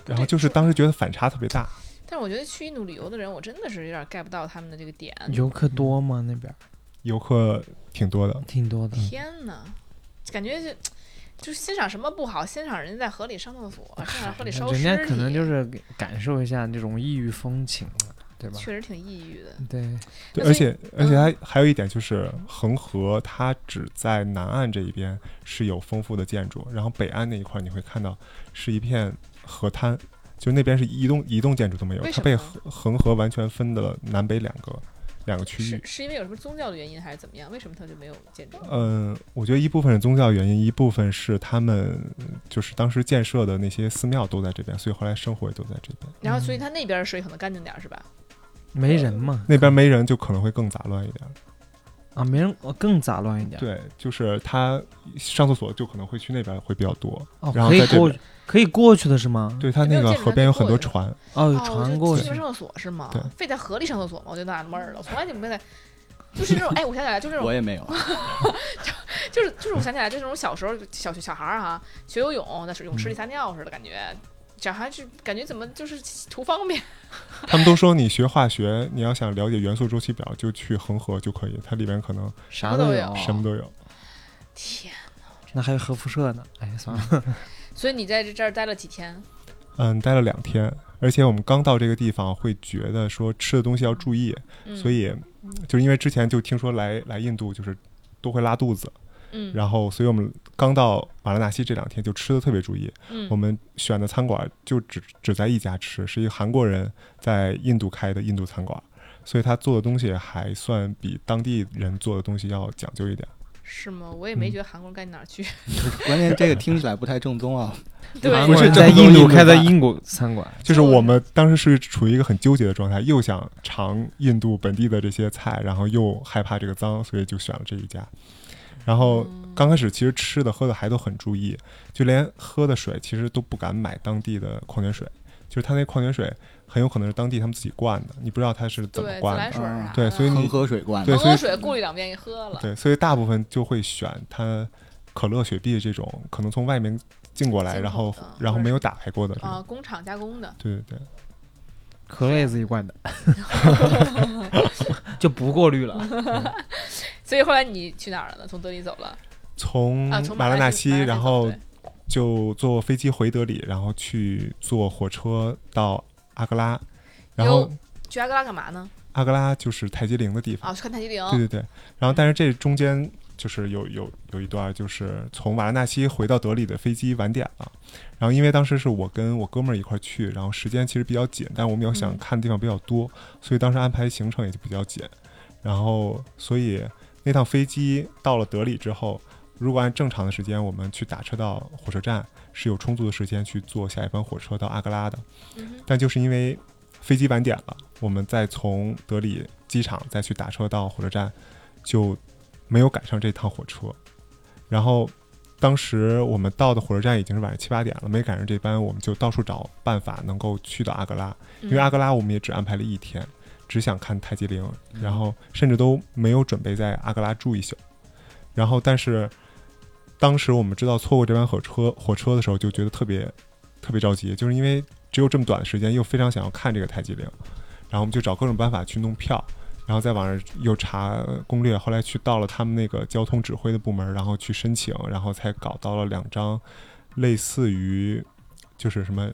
S4: 然后就是当时觉得反差特别大，
S1: 但是我觉得去印度旅游的人，我真的是有点 get 不到他们的这个点。
S3: 游客多吗？那边儿
S4: 游客挺多的，
S1: 嗯
S3: 挺多的。
S1: 天哪，感觉就就是欣赏什么不好，欣赏人家在河里上厕所，欣赏河里烧尸
S3: 人
S1: 体，
S3: 家可能就是感受一下这种异域风情嘛，对吧？
S1: 确实挺抑郁的。
S3: 对，
S4: 对，
S1: 那所
S4: 而
S1: 嗯
S4: 且而且还还有一点就是，恒河它只在南岸这一边是有丰富的建筑，然后北岸那一块儿你会看到是一片河滩，就那边是一栋一栋建筑都没有
S1: 为，
S4: 它
S1: 什
S4: 被
S1: 么
S4: 恒恒河完全分的南北两个两个区
S1: 是
S4: 域。
S1: 是因为有什么宗教的原因还是怎么样？为什么他就没有建筑？
S3: 呃
S4: 嗯，我觉得一部分是宗教原因，一部分是他们就是当时建设的那些寺庙都在这边，所以后来生活也都在这边。
S1: 然后
S3: 嗯
S1: 所以他那边的水可能干净点儿是吧？
S3: 没人嘛，
S4: 那边没人就可能会更杂乱一点。
S3: 啊，没人哦更杂乱一点。，
S4: 对，就是他上厕所就可能会去那边会比较多。
S3: 哦，
S4: 然后
S3: 可以
S4: 在这
S3: 过
S4: 边
S3: 可以过去的是吗？，
S4: 对，它
S1: 没
S4: 那
S1: 有
S4: 个
S1: 见着
S4: 河
S1: 它
S4: 边有
S1: 过
S4: 很多
S1: 的
S4: 船，
S3: 哦，有
S1: 哦，
S3: 船过
S1: 就进
S3: 去
S1: 去上厕所是吗
S4: 对？
S1: 非在河里上厕所吗？我就纳闷儿了，从来就没在。就是那种，哎，我想起来，就是那
S5: 我
S1: 种，
S5: 也 没有，
S1: 就是就是我想起来，就是那种小时候小学小孩儿、哈，学游泳在水
S3: 嗯
S1: 泳池里撒尿似的感觉，小孩就感觉怎么就是图方便，
S4: 他们都说你学化学，你要想了解元素周期表，就去恒河就可以，它里面可能
S3: 啥
S1: 都有
S3: 有，
S4: 什么都有。
S1: 天！
S3: 那还有核辐射呢。哎，算了，
S1: 所以你在这儿待了几天？
S4: 嗯，待了两天，而且我们刚到这个地方会觉得说吃的东西要注意，
S1: 嗯、
S4: 所以就是因为之前就听说来来印度就是都会拉肚子，
S1: 嗯，
S4: 然后所以我们刚到马拉纳西这两天就吃的特别注意，
S1: 嗯
S4: 我们选的餐馆就只只在一家吃，是一个韩国人在印度开的印度餐馆，所以他做的东西还算比当地人做的东西要讲究一点。
S1: 是吗？我
S4: 嗯
S1: 也没觉得韩国人该哪儿 去，
S5: 关键这个听起来不太正宗啊。
S1: 对
S5: 韩
S3: 不
S5: 国
S3: 是
S5: 人
S3: 在
S5: 正宗
S3: 印度
S5: 饭
S3: 开在英 国餐馆，
S4: 就是我们当时是处于一个很纠结的状态，又想尝印度本地的这些菜，然后又害怕这个脏，所以就选了这一家。然后
S1: 嗯
S4: 刚开始其实吃的喝的还都很注意，就连喝的水其实都不敢买当地的矿泉水，就是他那矿泉水很有可能是当地他们自己灌的，你不知道他是怎么
S1: 对自
S4: 灌
S1: 来
S4: 的。
S1: 水儿
S5: 嗯
S1: 啥的，
S4: 对所以你
S5: 恒河水罐，
S4: 对
S1: 喝
S4: 所以
S1: 水过滤两遍就喝了。
S4: 对，所以大部分就会选它可乐、雪碧这种可能从外面进过来，
S1: 进口
S4: 然后
S1: 的嗯
S4: 然后没有打开过的这
S1: 啊、
S4: 种。
S1: 工厂加工的，
S4: 对对对。
S3: 可乐也自 己灌的， 就不过滤了。
S1: 所以后来你去哪儿了呢？从德里走了
S4: 从
S1: 啊？从
S4: 嗯马
S1: 拉
S4: 纳
S1: 西
S4: 西，
S1: 马拉
S4: 然
S1: 走
S4: 后
S1: 对
S4: 就坐飞机回德里，然后去坐火车到阿格拉，然后
S1: 哟去阿格拉干嘛呢？
S4: 阿格拉就是泰姬陵的地方。
S1: 啊，去看泰姬陵。
S4: 对对对，然后但是这中间就是有有有一段就是从瓦拉纳西回到德里的飞机晚点了，然后因为当时是我跟我哥们儿一块儿去，然后时间其实比较紧，但我们要想
S1: 嗯
S4: 看的地方比较多，所以当时安排行程也就比较紧，然后所以那趟飞机到了德里之后。如果按正常的时间，我们去打车到火车站是有充足的时间去坐下一班火车到阿格拉的。
S1: 嗯哼
S4: 但就是因为飞机晚点了，我们再从德里机场再去打车到火车站，就没有赶上这趟火车。然后当时我们到的火车站已经是晚上七八点了，没赶上这班，我们就到处找办法能够去到阿格拉，因
S1: 嗯
S4: 为阿格拉我们也只安排了一天，只想看泰姬陵，然后甚至都没有准备在阿格拉住一宿。然后，但是当时我们知道错过这班火车火车的时候，就觉得特别特别着急，就是因为只有这么短的时间，又非常想要看这个泰姬陵，然后我们就找各种办法去弄票，然后在网上又查攻略，后来去到了他们那个交通指挥的部门，然后去申请，然后才搞到了两张类似于就是什么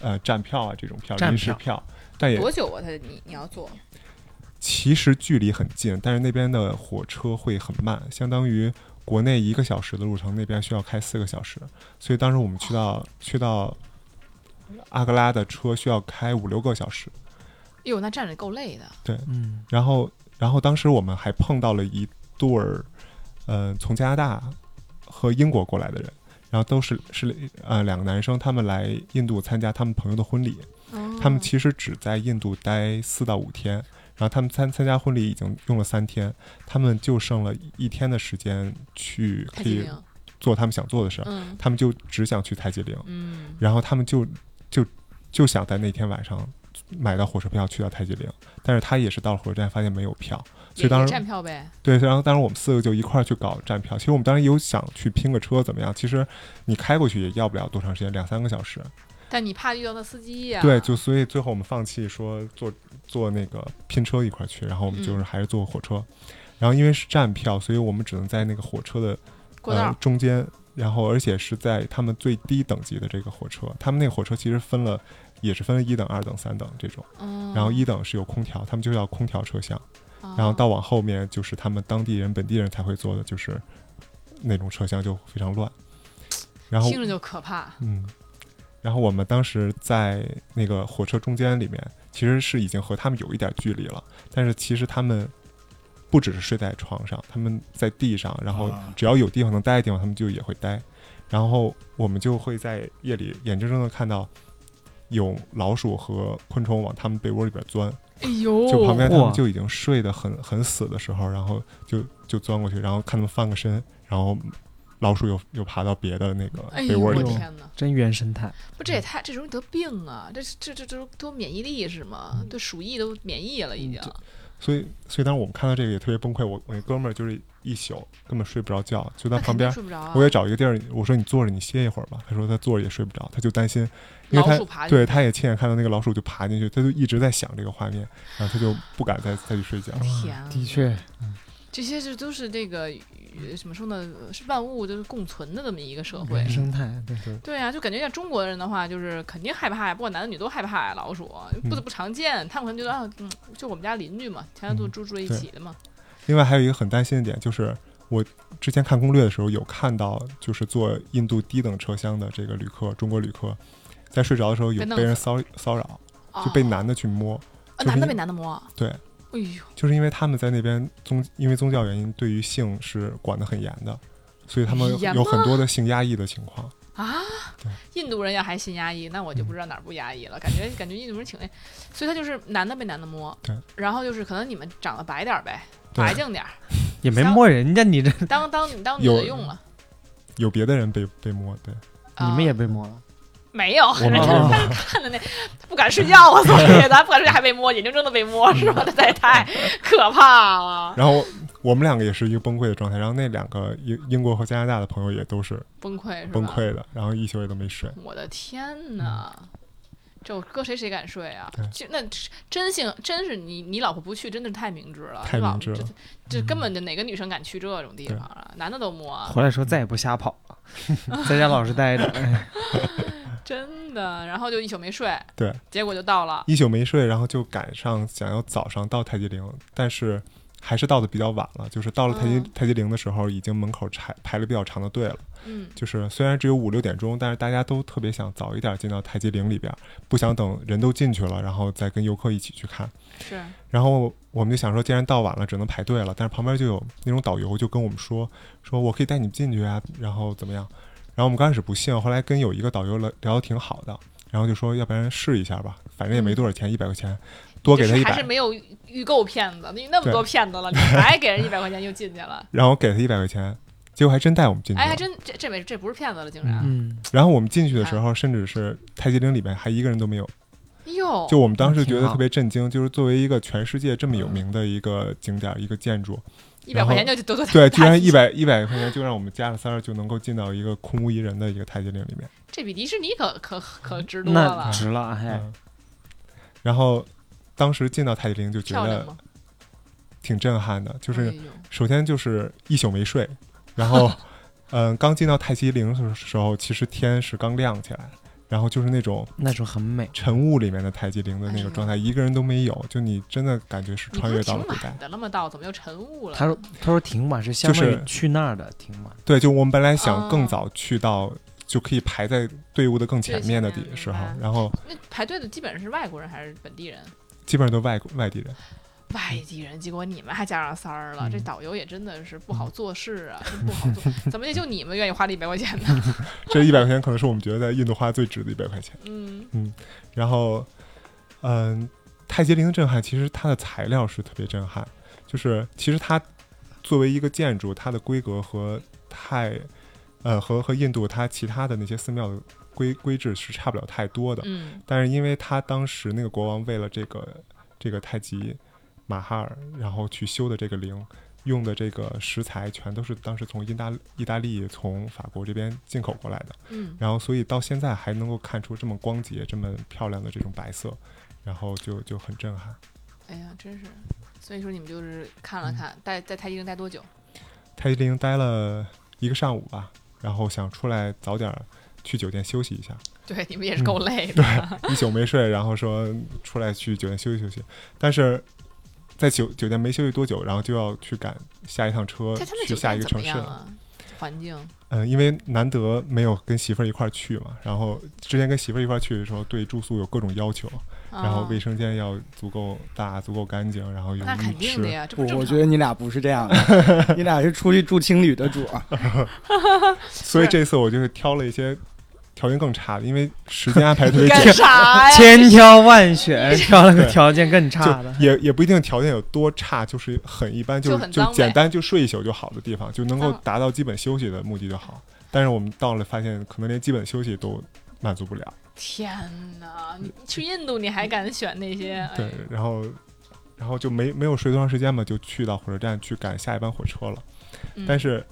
S4: 呃站票啊这种票，
S3: 站
S4: 临时
S3: 票
S4: 票，但也
S1: 多久啊？他你你要坐？
S4: 其实距离很近，但是那边的火车会很慢，相当于国内一个小时的路程，那边需要开四个小时。所以当时我们去到去到阿格拉的车需要开五六个小时，
S1: 哟，那站着够累的。
S3: 嗯，
S4: 然后然后当时我们还碰到了一对儿，呃，从加拿大和英国过来的人，然后都是是呃两个男生，他们来印度参加他们朋友的婚礼，
S1: 哦
S4: 他
S1: 嗯
S4: 们其实只在印度待四到五天，然后他们参参加婚礼已经用了三天，他们就剩了一天的时间去
S1: 泰
S4: 可
S1: 姬
S4: 以
S1: 陵，
S4: 做他们想做的事儿，
S1: 嗯
S4: 他们就只想去泰姬陵，
S1: 嗯，
S4: 然后他们就就就想在那天晚上买到火车票去到泰姬陵，但是他也是到了火车站发现没有票，所
S1: 也
S4: 以当
S1: 也
S4: 时
S1: 站票呗。
S4: 对，然后当时我们四个就一块儿去搞站票。其实我们当时有想去拼个车怎么样，其实你开过去也要不了多长时间，两三个小时。
S1: 但你怕遇到那司机呀、
S4: 对，就所以最后我们放弃说坐坐那个拼车一块儿去，然后我们
S1: 嗯
S4: 就是还是坐火车。然后因为是站票，所以我们只能在那个火车的
S1: 过道
S4: 呃
S1: 儿、
S4: 中间然后而且是在他们最低等级的这个火车，他们那个火车其实分了，也是分了一等、二等、三等这种。
S1: 嗯，
S4: 然后一等是有空调，他们就要空调车厢。
S1: 哦，
S4: 然后到往后面就是他们当地人、本地人才会坐的，就是那种车厢就非常乱。然后
S1: 听着就可怕，
S4: 嗯，然后我们当时在那个火车中间里面，其实是已经和他们有一点距离了，但是其实他们不只是睡在床上，他们在地上，然后
S2: 啊
S4: 只要有地方能待的地方，他们就也会待。然后我们就会在夜里眼睁睁的看到有老鼠和昆虫往他们被窝里边钻，
S1: 哎呦，
S4: 就旁边他
S3: 哇
S4: 们就已经睡得很很死的时候，然后就就钻过去，然后看他们翻个身，然后老鼠又又爬到别的那个
S1: 哎
S4: 被
S1: 呦，
S4: 窝
S1: 我
S4: 里面。
S1: 天哪！
S3: 真原生态。
S1: 不，这也太这容易得病啊！这这这这都免疫力是
S4: 嗯
S1: 吗？对鼠疫都免疫了已经。
S4: 所以，所以当时我们看到这个也特别崩溃。我我那哥们儿就是一宿根本睡不着觉，就在
S1: 那
S4: 旁
S1: 肯
S4: 边
S1: 定。睡不着啊。
S4: 我也找一个地儿，我说你坐着，你歇一会儿吧。他说他坐着也睡不着，他就担心，因为
S1: 老
S4: 他
S1: 鼠爬进
S4: 对他也亲眼看到那个老鼠就爬进去，他就一直在想这个画面，然后他就不敢再再去睡觉。
S1: 天啊，
S3: 的确，
S1: 这些这都是这个呃怎么说呢？呃是万物就是共存的这么一个社会
S3: 原。生态对。
S1: 对啊，就感觉像中国人的话，就是肯定害怕呀，不管男的女都害怕呀，老鼠不
S4: 嗯
S1: 不常见，他们可能觉得啊，嗯，就我们家邻居嘛，天天都
S4: 嗯
S1: 住住一
S4: 对
S1: 起的嘛。
S4: 另外还有一个很担心的点就是，我之前看攻略的时候有看到，就是坐印度低等车厢的这个旅客，中国旅客，在睡着的时候有
S1: 被弄
S4: 被人
S1: 死
S4: 骚骚扰，
S1: 啊
S4: 就被男的去摸，
S1: 啊
S4: 就是
S1: 男的
S4: 因
S1: 被男的摸啊。
S4: 对，
S1: 哎呦，
S4: 就是因为他们在那边宗，因为宗教原因，对于性是管得很严的，所以他们
S1: 严吗
S4: 有很多的性压抑的情况。
S1: 啊
S4: 对，
S1: 印度人要还心压抑，那我就不知道
S4: 嗯
S1: 哪儿不压抑了。感觉感觉印度人挺那，所以他就是男的被男的摸，
S4: 对，
S1: 然后就是可能你们长得白点儿呗，
S4: 嗯对
S1: 白净点儿，
S3: 也没摸人家，你这
S1: 当当 当女的
S4: 有
S1: 用了。
S4: 有别的人被被摸， 对，
S3: 你
S1: 啊
S3: 们也被摸了，
S1: 没有，
S4: 我们
S1: 人
S4: 被
S1: 家
S4: 摸
S1: 他看的那 不敢睡觉 啊，所以咱不敢睡觉还被摸，眼睁睁的被
S4: 嗯
S1: 摸，是吧？ 这也太可怕 了，
S4: 然后我们两个也是一个崩溃的状态，然后那两个英英国和加拿大的朋友也都是
S1: 崩溃是吧？
S4: 崩溃的，然后一宿也都没睡。
S1: 我的天哪！这我搁谁谁敢睡啊
S4: 对？
S1: 就那真性真是你你老婆不去，真的是太明智了，
S4: 太
S1: 你老
S4: 明智
S1: 这
S4: 了嗯
S1: 这根本就哪个女生敢去这种地
S4: 对
S1: 方啊？男的都摸啊，
S3: 回来时候再也不瞎跑 了，在家老实待着。哎
S1: 真的。然后就一宿没睡，
S4: 对，
S1: 结果就到了。
S4: 一宿没睡，然后就赶上想要早上到太极陵，但是还是到的比较晚了。就是到了太极、
S1: 嗯
S4: 太极陵的时候，已经门口排排了比较长的队了。
S1: 嗯，
S4: 就是虽然只有五六点钟，但是大家都特别想早一点进到太极陵里边，不想等人都进去了，然后再跟游客一起去看。
S1: 是
S4: 然后我们就想说，既然到晚了，只能排队了。但是旁边就有那种导游就跟我们说，说我可以带你们进去啊，然后怎么样？然后我们刚开始不信，后来跟有一个导游聊聊得挺好的，然后就说要不然试一下吧，反正也没多少钱，一百块钱，多给他
S1: 嗯就是
S4: 一
S1: 还是
S4: 百，
S1: 没有预购骗子，你那么
S4: 对
S1: 多骗子了，你白给人一百块钱就进去了。
S4: 然后给他一百块钱，结果还真带我们进去
S1: 哎，还
S4: 了。
S1: 真嗯这这没这不是骗子了，竟然。
S3: 嗯，
S4: 然后我们进去的时候，甚至是太极陵里面还一个人都没有。
S1: 哎呦，
S4: 就我们当时觉
S3: 挺
S4: 得
S3: 好
S4: 特别震惊，就是作为一个全世界这么有名的一个景点儿、一个 建筑，
S1: 一百块钱就多多
S4: 对，居然一百一百块钱就让我们加了三儿就能够进到一个空无一人的一个太极陵里面。
S1: 这比迪士尼可可可值多
S3: 那
S1: 了。
S3: 值了，哎，
S4: 嗯，然后当时进到太极陵就觉
S1: 漂亮
S4: 得
S1: 吗？
S4: 挺震撼的，就
S1: 哎
S4: 是
S1: 呦
S4: 首先就是一宿没睡，然后嗯，刚进到太极陵的时候，其实天是刚亮起来，然后就是那种。
S3: 那时候很美。
S4: 晨雾里面的太极陵的
S3: 哎
S4: 那个状态，一个人都没有，就你真的感觉是
S1: 你不
S4: 穿
S1: 是
S4: 越到
S1: 挺
S4: 了古代
S1: 晚。的了吗？到怎么又晨雾了？
S3: 他说：“他说挺晚，是相当
S4: 就
S3: 于
S4: 是
S3: 去那儿的，挺晚。
S4: 对，就我们本来想
S1: 啊
S4: 更早去到，就可以排在队伍的更前
S1: 最
S4: 面
S1: 前
S4: 的
S1: 面
S4: 地
S1: 明
S4: 时候
S1: 白，
S4: 然后
S1: 那排队的基本上是外国人还是本地人？
S4: 基本上都外国外地人，
S1: 外地人，结果你们还加上三儿了，
S4: 嗯
S1: 这导游也真的是不好做事啊，真不好做。 怎么也就你们愿意花这一百块钱呢？
S4: 这一百块钱可能是我们觉得在印度花最值的一百块钱。
S1: 嗯，
S4: 然后，嗯，太极陵的震撼，其实它的材料是特别震撼，就是其实它作为一个建筑，它的规格和太，呃，和和印度它其他的那些寺庙的规规制是差不了太多的。
S1: 嗯，
S4: 但是因为他当时那个国王为了这个这个太极马哈尔，然后去修的这个陵，用的这个食材全都是当时从意大意大利从法国这边进口过来的，
S1: 嗯，
S4: 然后所以到现在还能够看出这么光洁、这么漂亮的这种白色，然后就就很震撼。
S1: 哎呀，真是。所以说你们
S4: 嗯
S1: 就是看了看，待在太极陵待多久？
S4: 太极陵待了一个上午吧，然后想出来早点儿去酒店休息一下，
S1: 对，你们也是够累的。
S4: 一宿没睡，然后说出来去酒店休息休息，但是在酒酒店没休息多久，然后就要去赶下一趟车
S1: 在他们
S4: 去
S1: 酒
S4: 下一
S1: 店怎
S4: 个城
S1: 么
S4: 市
S1: 样
S4: 了。
S1: 啊？环境
S4: 嗯，因为难得没有跟媳妇儿一块儿去嘛，然后之前跟媳妇儿一块儿去的时候，对住宿有各种要求，
S1: 啊，
S4: 然后卫生间要足够大、足够干净，然后有
S1: 那肯
S4: 浴
S1: 定的
S4: 池。
S1: 呀，这
S5: 不
S1: 不，正
S5: 我觉
S1: 常。
S5: 得你俩不是这样 的，你俩是出去住青旅的主。啊
S4: 所以这次我就是挑了一些条件更差的，因为时间安排特别紧，
S1: 干哎 啥呀？
S3: 千挑万选，挑了个条件更差的
S4: 就。也也不一定条件有多差，就是很一般，
S1: 就
S4: 就
S1: 很
S4: 是就
S1: 脏
S4: 简
S1: 呗
S4: 单就睡一宿就好的地方，就能够
S1: 脏
S4: 达到基本休息的目的就好。但是我们到了发现，可能连基本休息都满足不了。
S1: 天哪！你去印度你还敢选那些？哎
S4: 对，然后然后就没没有睡多长时间嘛，就去到火车站去赶下一班火车了。
S1: 嗯
S4: 但是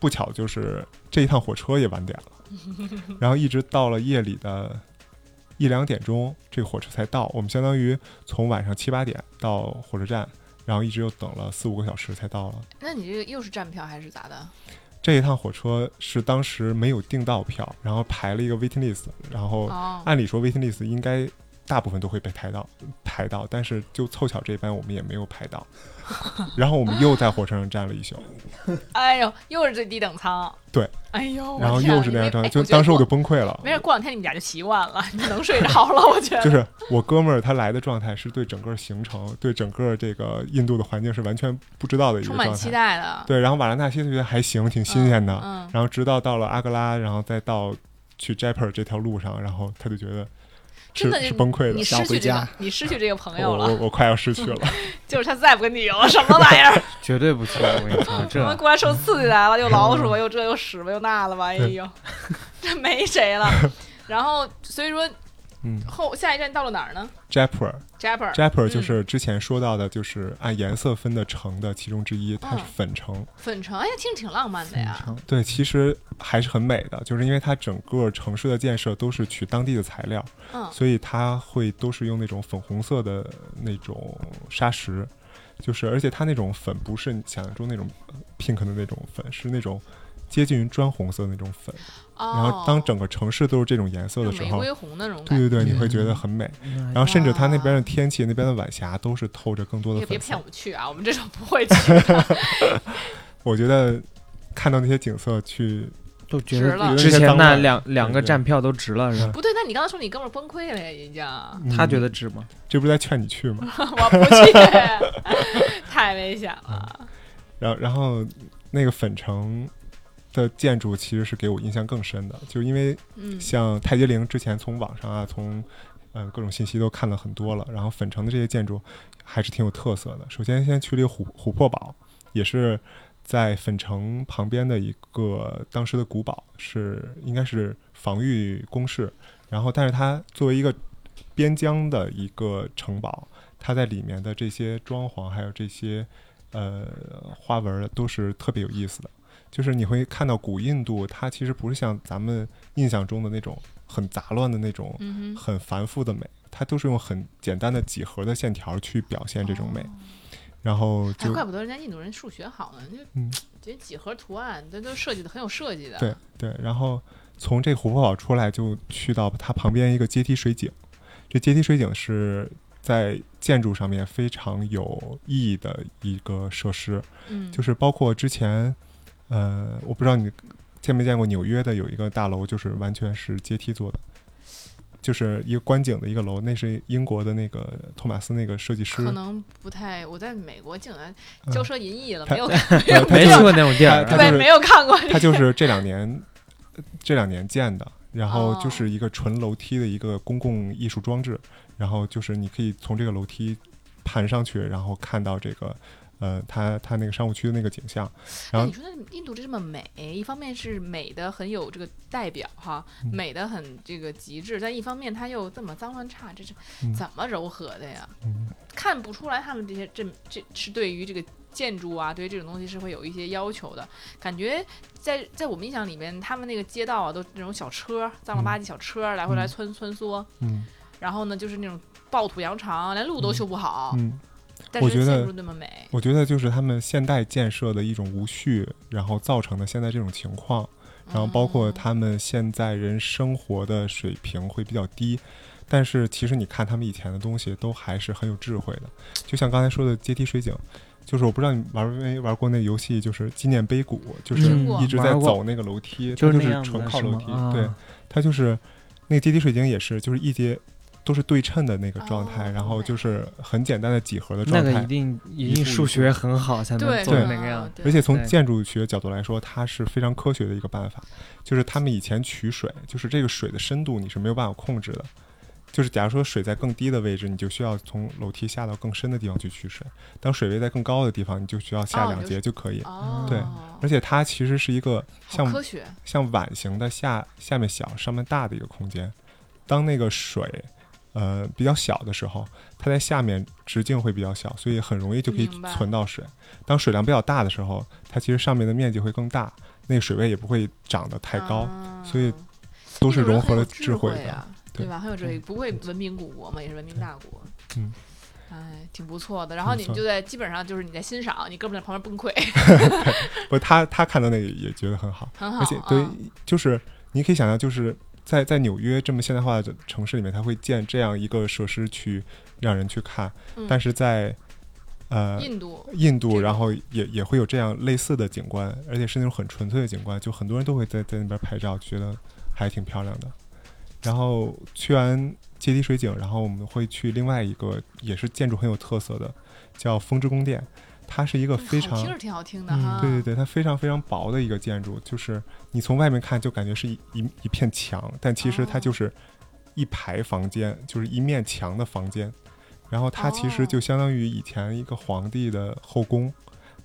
S4: 不巧就是这一趟火车也晚点了， 然后一直到了夜里的一两点钟，这个火车才到。我们相当于从晚上七八点到火车站，然后一直又等了四五个小时才到了。
S1: 嗯那你这个又是站票还是咋的？
S4: 这一趟火车是当时没有订到票，然后排了一个 waiting list，然后
S1: 哦，
S4: 按理说 waiting list 应该大部分都会被排到排到，但是就凑巧这班我们也没有排 到，然后我们又在火车上站了一宿，
S1: 哎呦，又是最低等舱。
S4: 对，
S1: 哎呦，
S4: 然 后
S1: 我天
S4: 又是那
S1: 你
S4: 样
S1: 们
S4: 站，
S1: 哎
S4: 就
S1: 我觉得
S4: 当时我就
S1: 过
S4: 崩溃了。
S1: 没事，过两天你们俩就习惯了，你能睡着 了，我觉得。
S4: 就是我哥们儿他来的状态是对整个行程、对整个这个印度的环境是完全不知道的一个
S1: 充
S4: 状
S1: 满期
S4: 态。
S1: 待的。
S4: 对，然后瓦兰纳西就觉得还行，挺新鲜的。
S1: 嗯，
S4: 然后直到到了阿格拉，然后再到去 j a p e r 这条路上，然后他就觉得
S1: 真
S4: 是
S1: 的就是
S4: 崩溃
S1: 你
S4: 的。
S1: 失
S5: 想
S1: 去
S5: 回
S1: 这个
S5: 家，
S1: 你失去这个朋
S4: 我
S1: 友
S4: 我
S1: 了，
S4: 我快要失去 了。
S1: 就是他再不跟你游 了，什么玩意 儿？
S3: 绝对不去，我跟你 说，
S1: 我们
S3: 这
S1: 过来受刺激来了，又老 鼠吧，又这又屎吧，又那了吧，哎呦，这没谁了。然后所以说
S4: 嗯
S1: 后下一站到了哪儿呢
S4: j a p e r
S1: j a p p e r
S4: j a p e r 就是之前说到的，就是按颜色分的城的其中之一，它是
S1: 嗯
S4: 粉城。
S1: 粉城，哎呀，听着挺浪漫的呀。
S4: 对，其实还是很美的，就是因为它整个城市的建设都是取当地的材料，
S1: 嗯，
S4: 所以它会都是用那种粉红色的那种砂石，就是而且它那种粉不是你想象中那种呃 pink 的那种粉，是那种接近于砖红色的那种粉。
S1: 哦，
S4: 然后当整个城市都是这种颜色的时
S1: 玫
S4: 候，
S1: 瑰红那种感
S4: 对
S1: 觉，
S4: 对对，你会
S3: 嗯
S4: 觉得很美。
S3: 然
S4: 然后甚至它那边的天气、那边的晚霞都是透着更多
S1: 你
S4: 的
S1: 可
S4: 粉。
S1: 别
S4: 色。
S1: 骗我们去啊，我们这种不会去 的。
S4: 我觉得看到那些景色去，
S3: 都觉
S1: 值了
S3: 得之前那两
S4: 对
S3: 两个站票都值了，是吧？
S1: 不对，那你刚才说你哥们儿崩溃了呀，已经，
S4: 嗯
S3: 他觉得值吗？
S4: 这不是在劝你去吗？
S1: 我不去， 太危险了。
S4: 然后，然后那个粉城的建筑其实是给我印象更深的，就因为
S1: 嗯，
S4: 像太极陵之前从网上啊，从嗯、呃各种信息都看了很多了，然后粉城的这些建筑还是挺有特色的。首先先去了一个琥琥珀堡，也是在粉城旁边的一个当时的古堡，是应该是防御工事，然后但是它作为一个边疆的一个城堡，它在里面的这些装潢还有这些呃花纹儿都是特别有意思的。就是你会看到古印度，它其实不是像咱们印象中的那种很杂乱的那种、
S1: 嗯哼，
S4: 很繁复的美，它都是用很简单的几何的线条去表现这种美。
S1: 哦
S4: 然后
S1: 哎，
S4: 就
S1: 怪不得人家印度人数学好呢，就
S4: 嗯
S1: 这几何图案，这都设计的很有设计的。
S4: 对对，然后从这琥珀堡出来，就去到它旁边一个阶梯水井。这阶梯水井是在建筑上面非常有意义的一个设施，
S1: 嗯，
S4: 就是是包括之前，呃，我不知道你见没见过纽约的有一个大楼，就是完全是阶梯做的，就是一个观景的一个楼，那是英国的那个托马斯那个设计师，
S1: 可能不太，我在美国竟然
S4: 嗯
S1: 骄奢淫逸了，
S4: 他
S1: 没有看，没有
S4: 他
S3: 没
S4: 就
S3: 去
S4: 是
S3: 过那种地儿
S4: 他
S3: 啊，
S1: 对，
S4: 就是
S1: 没有看过 哎这
S4: 它
S1: 个。
S4: 就是这两年这两年建的，然后
S1: 哦
S4: 就是一个纯楼梯的一个公共艺术装置，然后就是你可以从这个楼梯盘上去，然后看到这个呃，它它那个商务区的那个景象，然
S1: 哎，
S4: 后
S1: 你说那印度这么美，一方面是美的很有这个代表哈，
S4: 嗯
S1: 美的很这个极致，但一方面它又这么脏乱差，这是
S4: 嗯
S1: 怎么柔和的呀？
S4: 嗯，
S1: 看不出来他们这些这这是对于这个建筑啊，对于这种东西是会有一些要求的。感觉在在我们印象里面，他们那个街道啊，都是那种小车，脏了吧唧小车、来回来穿穿梭，
S4: 嗯
S1: 然后呢就是那种暴土扬长，连路都修不好，
S4: 嗯。
S1: 但是
S4: 我觉得
S1: 建筑那么美，
S4: 我觉得就是他们现代建设的一种无序，然后造成的现在这种情况，
S1: 嗯
S4: 然后包括他们现在人生活的水平会比较低，但是其实你看他们以前的东西都还是很有智慧的，就像刚才说的阶梯水井。就是我不知道你玩没玩过那游戏，就是纪念碑谷，就是
S1: 嗯
S4: 一直在
S3: 玩过
S4: 走那个楼梯，
S3: 就
S4: 它
S3: 是
S4: 就
S3: 那样
S4: 是
S3: 子
S4: 纯
S3: 的
S4: 靠
S3: 是
S4: 楼
S3: 吗
S4: 梯，
S3: 啊
S4: 对，它就是那个阶梯水晶也是，就是一阶都是对称的那个状态，
S1: 哦
S4: 然后就是很简单的几何的
S3: 那
S4: 状态。
S3: 个一定一
S4: 一
S3: 定
S4: 步一
S3: 数
S4: 步
S3: 学很好才能
S1: 对
S3: 做
S4: 对
S3: 那个样。
S1: 子
S4: 而且从
S3: 对
S4: 建筑学角度来说，它是非常科学的一个办法。就是他们以前取水，就是这个水的深度你是没有办法控制的。就是假如说水在更低的位置，你就需要从楼梯下到更深的地方去取水；当水位在更高的地方，你就需要下
S1: 哦
S4: 两
S1: 就是
S4: 节就可以。
S1: 哦，
S4: 对而且它其实是一个
S1: 好
S4: 像
S1: 科学，
S4: 像碗形的下下面小上面大的一个空间。当那个水呃比较小的时候，它在下面直径会比较小，所以很容易就可以
S1: 明白
S4: 存到水。当水量比较大的时候，它其实上面的面积会更大，那个水位也不会长得太高，
S1: 啊
S4: 所以都是
S1: 那种人
S4: 融合
S1: 很有
S4: 了
S1: 智
S4: 慧的。
S1: 啊，
S4: 对
S1: 吧？很有智慧，
S4: 对
S1: 不会文明古国嘛，也是文明大国。
S4: 嗯，
S1: 哎，挺不错的。然后你
S4: 没错
S1: 就在基本上就是你在欣赏，你胳膊在旁边崩溃，
S4: 不，他他看到那个也觉得很好，
S1: 很好。
S4: 而且对
S1: 嗯，
S4: 就是你可以想象，就是在在纽约这么现代化的城市里面，它会建这样一个设施去让人去看，
S1: 嗯
S4: 但是在呃
S1: 印度
S4: 印
S1: 这
S4: 度，
S1: 种
S4: 然后也也会有这样类似的景观，而且是那种很纯粹的景观，就很多人都会在在那边拍照，觉得还挺漂亮的。然后去完阶梯水井，然后我们会去另外一个也是建筑很有特色的，叫风之宫殿，它是一个呃非
S1: 嗯好
S4: 常
S1: 听是挺好听的
S3: 嗯
S1: 哈。
S4: 对对对，它非常非常薄的一个建筑，就是你从外面看就感觉是一一一片墙，但其实它
S1: 哦
S4: 就是一排房间，就是一面墙的房间。然后它其
S1: 哦
S4: 实就相当于以前一个皇帝的后宫，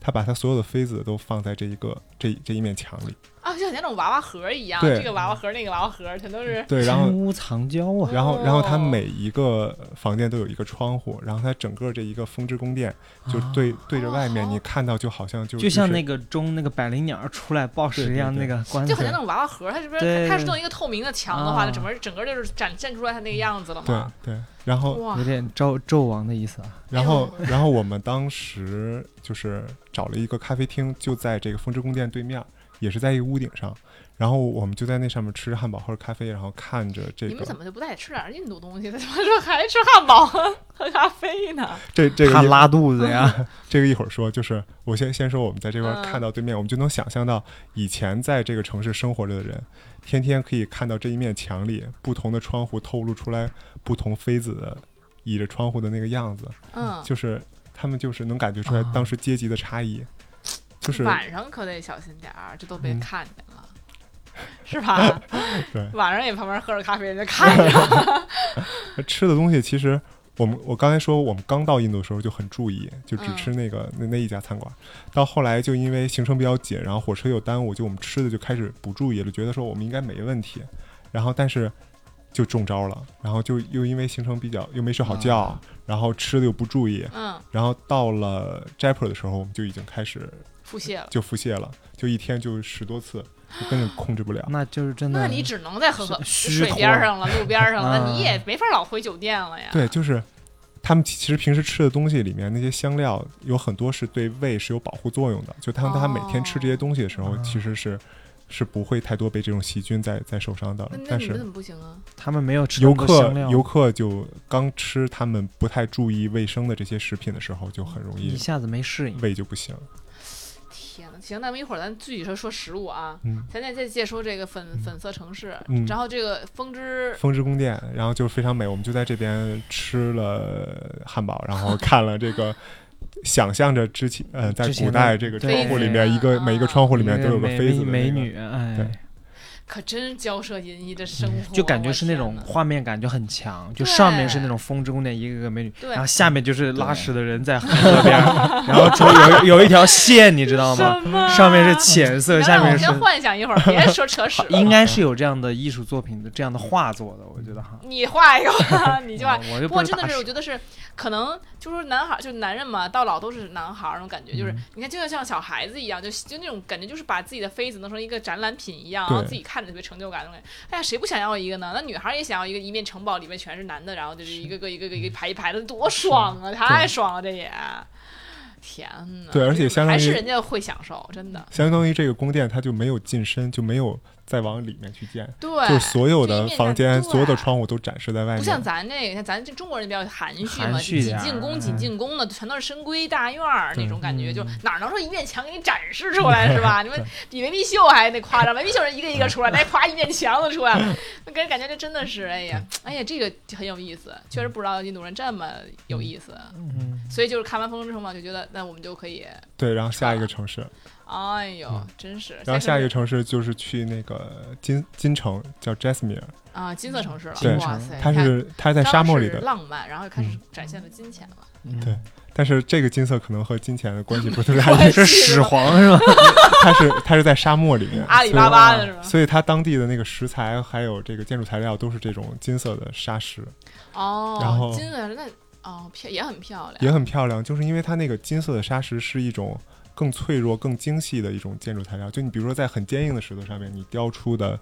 S4: 他把他所有的妃子都放在这一个这这一面墙里。
S1: 啊，就像那种娃娃盒一样，
S4: 对
S1: 这个娃娃盒那个娃娃盒全都是。
S4: 对，然后
S3: 金屋藏娇啊，
S4: 然后然后它
S1: 哦
S4: 每一个房间都有一个窗户，然后它整个这一个风之宫殿就
S3: 啊
S4: 对对着
S1: 哦
S4: 外面，
S1: 好
S4: 你看到就好像就
S3: 就像
S4: 是
S3: 那个钟那个百灵鸟出来报时
S4: 对
S3: 一
S4: 对
S3: 样，那
S4: 嗯对
S3: 个关
S1: 就
S3: 子
S1: 很像那种娃娃盒，它是不是
S3: 对
S1: 它是弄一个透明的墙的话，
S3: 啊
S1: 整个整个就是展现出来它那个样子了
S4: 嗯对哦
S1: 嘛？
S4: 对，然后
S1: 哇
S3: 有，点纣纣王的意思啊。
S4: 然后，
S1: 哎
S4: 然后我们当时就是找了一个咖啡厅，就在这个风之宫殿对面，也是在一个屋顶上。然后我们就在那上面吃汉堡、喝咖啡，然后看着这
S1: 你们怎
S4: 个
S1: 么就不带吃点印度东西？ 怎么说还吃汉堡 喝咖啡 呢？
S4: 这这
S3: 怕
S4: 个一
S3: 拉肚子呀，
S4: 这个一会儿说，就是我先先说我们在这块儿
S1: 嗯
S4: 看到对面，我们就能想象到以前在这个城市生活着的人，天天可以看到这一面墙里不同的窗户透露出来不同妃子的倚着窗户的那个样子，
S1: 嗯，
S4: 就是他们就是能感觉出来
S3: 啊
S4: 当时阶级的差异，就是
S1: 晚上可得小心点儿，这都被
S4: 嗯
S1: 看见了，是 吧？
S4: 对。
S1: 晚上也旁边喝着咖啡，人家看着。
S4: 吃的东西其实我们我刚才说我们刚到印度的时候就很注意，就只
S1: 嗯
S4: 吃那个、那那一家餐馆。到后来就因为行程比较紧，然后火车又耽误，就我们吃的就开始不注意了，觉得说我们应该没问题。然后但是就中招了，然后就又因为行程比较又没睡好觉，
S5: 啊
S4: 然后吃的又不注意，
S1: 嗯，
S4: 然后到了 Jaipur 的时候，我们就已经开始
S1: 腹泻了，
S4: 就腹泻了，就一天就十多次，就根本控制不了。
S3: 那就是真的。
S1: 那你只能在喝喝
S3: 虚
S1: 水
S3: 脱
S1: 边儿上了，路边儿上了，
S3: 啊
S1: 那你也没法老回酒店了呀。
S4: 对，就是他们其其实平时吃的东西里面那些香料有很多是对胃是有保护作用的，就他们他每天吃这些东西的时候
S3: 哦，
S4: 其实是是不会太多被这种细菌在在受伤的
S1: 那。那
S4: 但
S1: 你们
S4: 是
S1: 怎么不行啊？
S3: 他们没有吃
S4: 游
S3: 那么多
S4: 客
S3: 香料
S4: 游客就刚吃他们不太注意卫生的这些食品的时候，就很容易
S3: 一下子没适应。
S4: 胃就不行。
S1: 天呐，行，那么一会儿咱具体说说食物啊。
S4: 嗯，
S1: 咱再再介说这个粉粉色城市，
S4: 嗯
S1: 然后这个风之
S4: 风之宫殿，然后就非常美，我们就在这边吃了汉堡，然后看了这个。想象着之前，呃，在
S3: 之前
S4: 古
S3: 的
S4: 代这个窗
S3: 对
S4: 户里面，一个每一个窗户里面都有个
S3: 美
S4: 妃子的
S3: 美
S4: 那个
S3: 女，哎
S4: 对，
S1: 可真骄奢淫逸的生活，
S3: 就感觉是那
S1: 我
S3: 种
S1: 天呐
S3: 画面感就很强，就
S1: 对
S3: 上面是那种风之宫殿一个个美女，
S1: 对
S3: 然后下面就是拉屎的人 在河边儿，然后中有有一条线，你知道吗？
S1: 么
S3: 上面是浅色，
S1: 能
S3: 下
S1: 让
S3: 面
S1: 我
S3: 是
S1: 先幻想一会儿，别说扯屎了。
S3: 应该是有这样的艺术作品的这样的画作的，我觉得哈。
S1: 你画一个吧，你就画。
S3: 我就
S1: 不
S3: 不
S1: 过
S3: 知
S1: 真
S3: 道
S1: 的
S3: 打
S1: 是，我
S3: 谁
S1: 觉得是，可能就是男孩，就是男人嘛，到老都是男孩儿那种感觉，就是
S4: 嗯
S1: 你看，就像像小孩子一样，就就那种感觉，就是把自己的妃子弄成一个展览品一样，然后
S4: 对
S1: 自己看着特别成就感那种感觉。哎呀，谁不想要一个呢？那女孩儿也想要一个，一面城堡里面全是男的，然后就是一个个一个个一个排一排的，多爽啊！太爽了，这也。天呐，
S4: 嗯对而且相当
S1: 还
S4: 于嗯
S1: 是人家会享受，真的。
S4: 相当于这个宫殿它就没有进深，就没有再往里面去建，
S1: 对，
S4: 就是所有
S1: 就一
S4: 的
S1: 面上
S4: 房间、
S1: 对
S4: 所有的窗户都展示在外
S1: 不像
S4: 面。
S1: 咱这个，像咱这中国人比较含蓄嘛，
S3: 含蓄
S1: 几
S3: 点儿
S1: 进宫几
S3: 嗯
S1: 进宫的，全都是深闺大院儿那
S4: 对
S1: 种感觉，
S3: 嗯
S1: 就哪能说一面墙给你展示出来是 吧？你们比维密秀还那夸张，维密秀人一个一个出来，来夸一面墙都出来了，那给人感觉这真的是，哎呀，哎呀，这个很有意思，确实不知道印度人这么有意思，
S3: 嗯，
S1: 所以就是看完《风之城》嘛，就觉得那我们就可以，
S4: 对，然后下一个城市，
S1: 哎呦，真是。
S4: 嗯然后下一个
S1: 城
S4: 城市就是去那个金金城，叫 Jasmine，
S1: 啊，金色城市了，
S4: 对
S1: 哇塞，
S4: 它
S1: 你看
S4: 是它在
S1: 刚
S4: 沙漠里
S1: 是
S4: 的，嗯
S1: 浪漫，然后又开始展现了金钱了。
S4: 对但是这个金色可能和金钱的关系不是
S1: 关
S4: 太
S1: 系
S3: 是
S4: 大，
S3: 始皇是吧？
S4: 它是它是在沙漠里面，
S1: 阿里巴巴的是吧？
S4: 所以它当地的那个食材还有这个建筑材料都是这种金色的沙石，
S1: 哦，
S4: 然后
S1: 金的那哦漂也很漂亮，
S4: 也很漂亮。就是因为它那个金色的沙石是一种更脆弱、更精细的一种建筑材料。就你比如说在很坚硬的石头上面，你雕出的，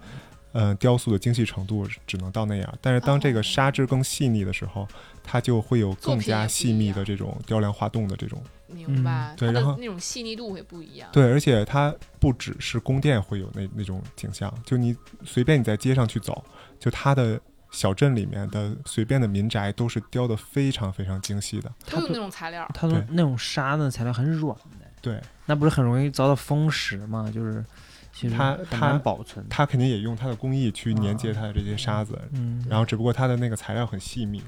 S4: 呃，雕塑的精细程度只能到那样。但是当这
S1: 哦
S4: 个沙质更细腻的时候，它就会有
S1: 作
S4: 更
S1: 品也
S4: 加
S1: 不
S4: 细
S1: 一
S4: 密
S1: 样
S4: 的这种雕梁画栋的这种。
S1: 明白？
S4: 嗯对
S1: 它
S4: 然
S1: 的
S4: 后
S1: 那种细腻度也不一样。
S4: 对，而且它不只是宫殿会有那那种景象，就你随便你在街上去走，就它的小镇里面的随便的民宅都是雕的非常非常精细的。
S1: 都有那种材料，
S3: 它的
S4: 对
S3: 那种沙的材料很软的，
S4: 对，
S3: 那不是很容易遭到风蚀嘛？就是其实
S4: 它
S3: 很
S4: 它
S3: 难保存。
S4: 它肯定也用它的工艺去粘结它的这些沙子，
S3: 嗯，
S4: 然后只不过它的那个材料很细密，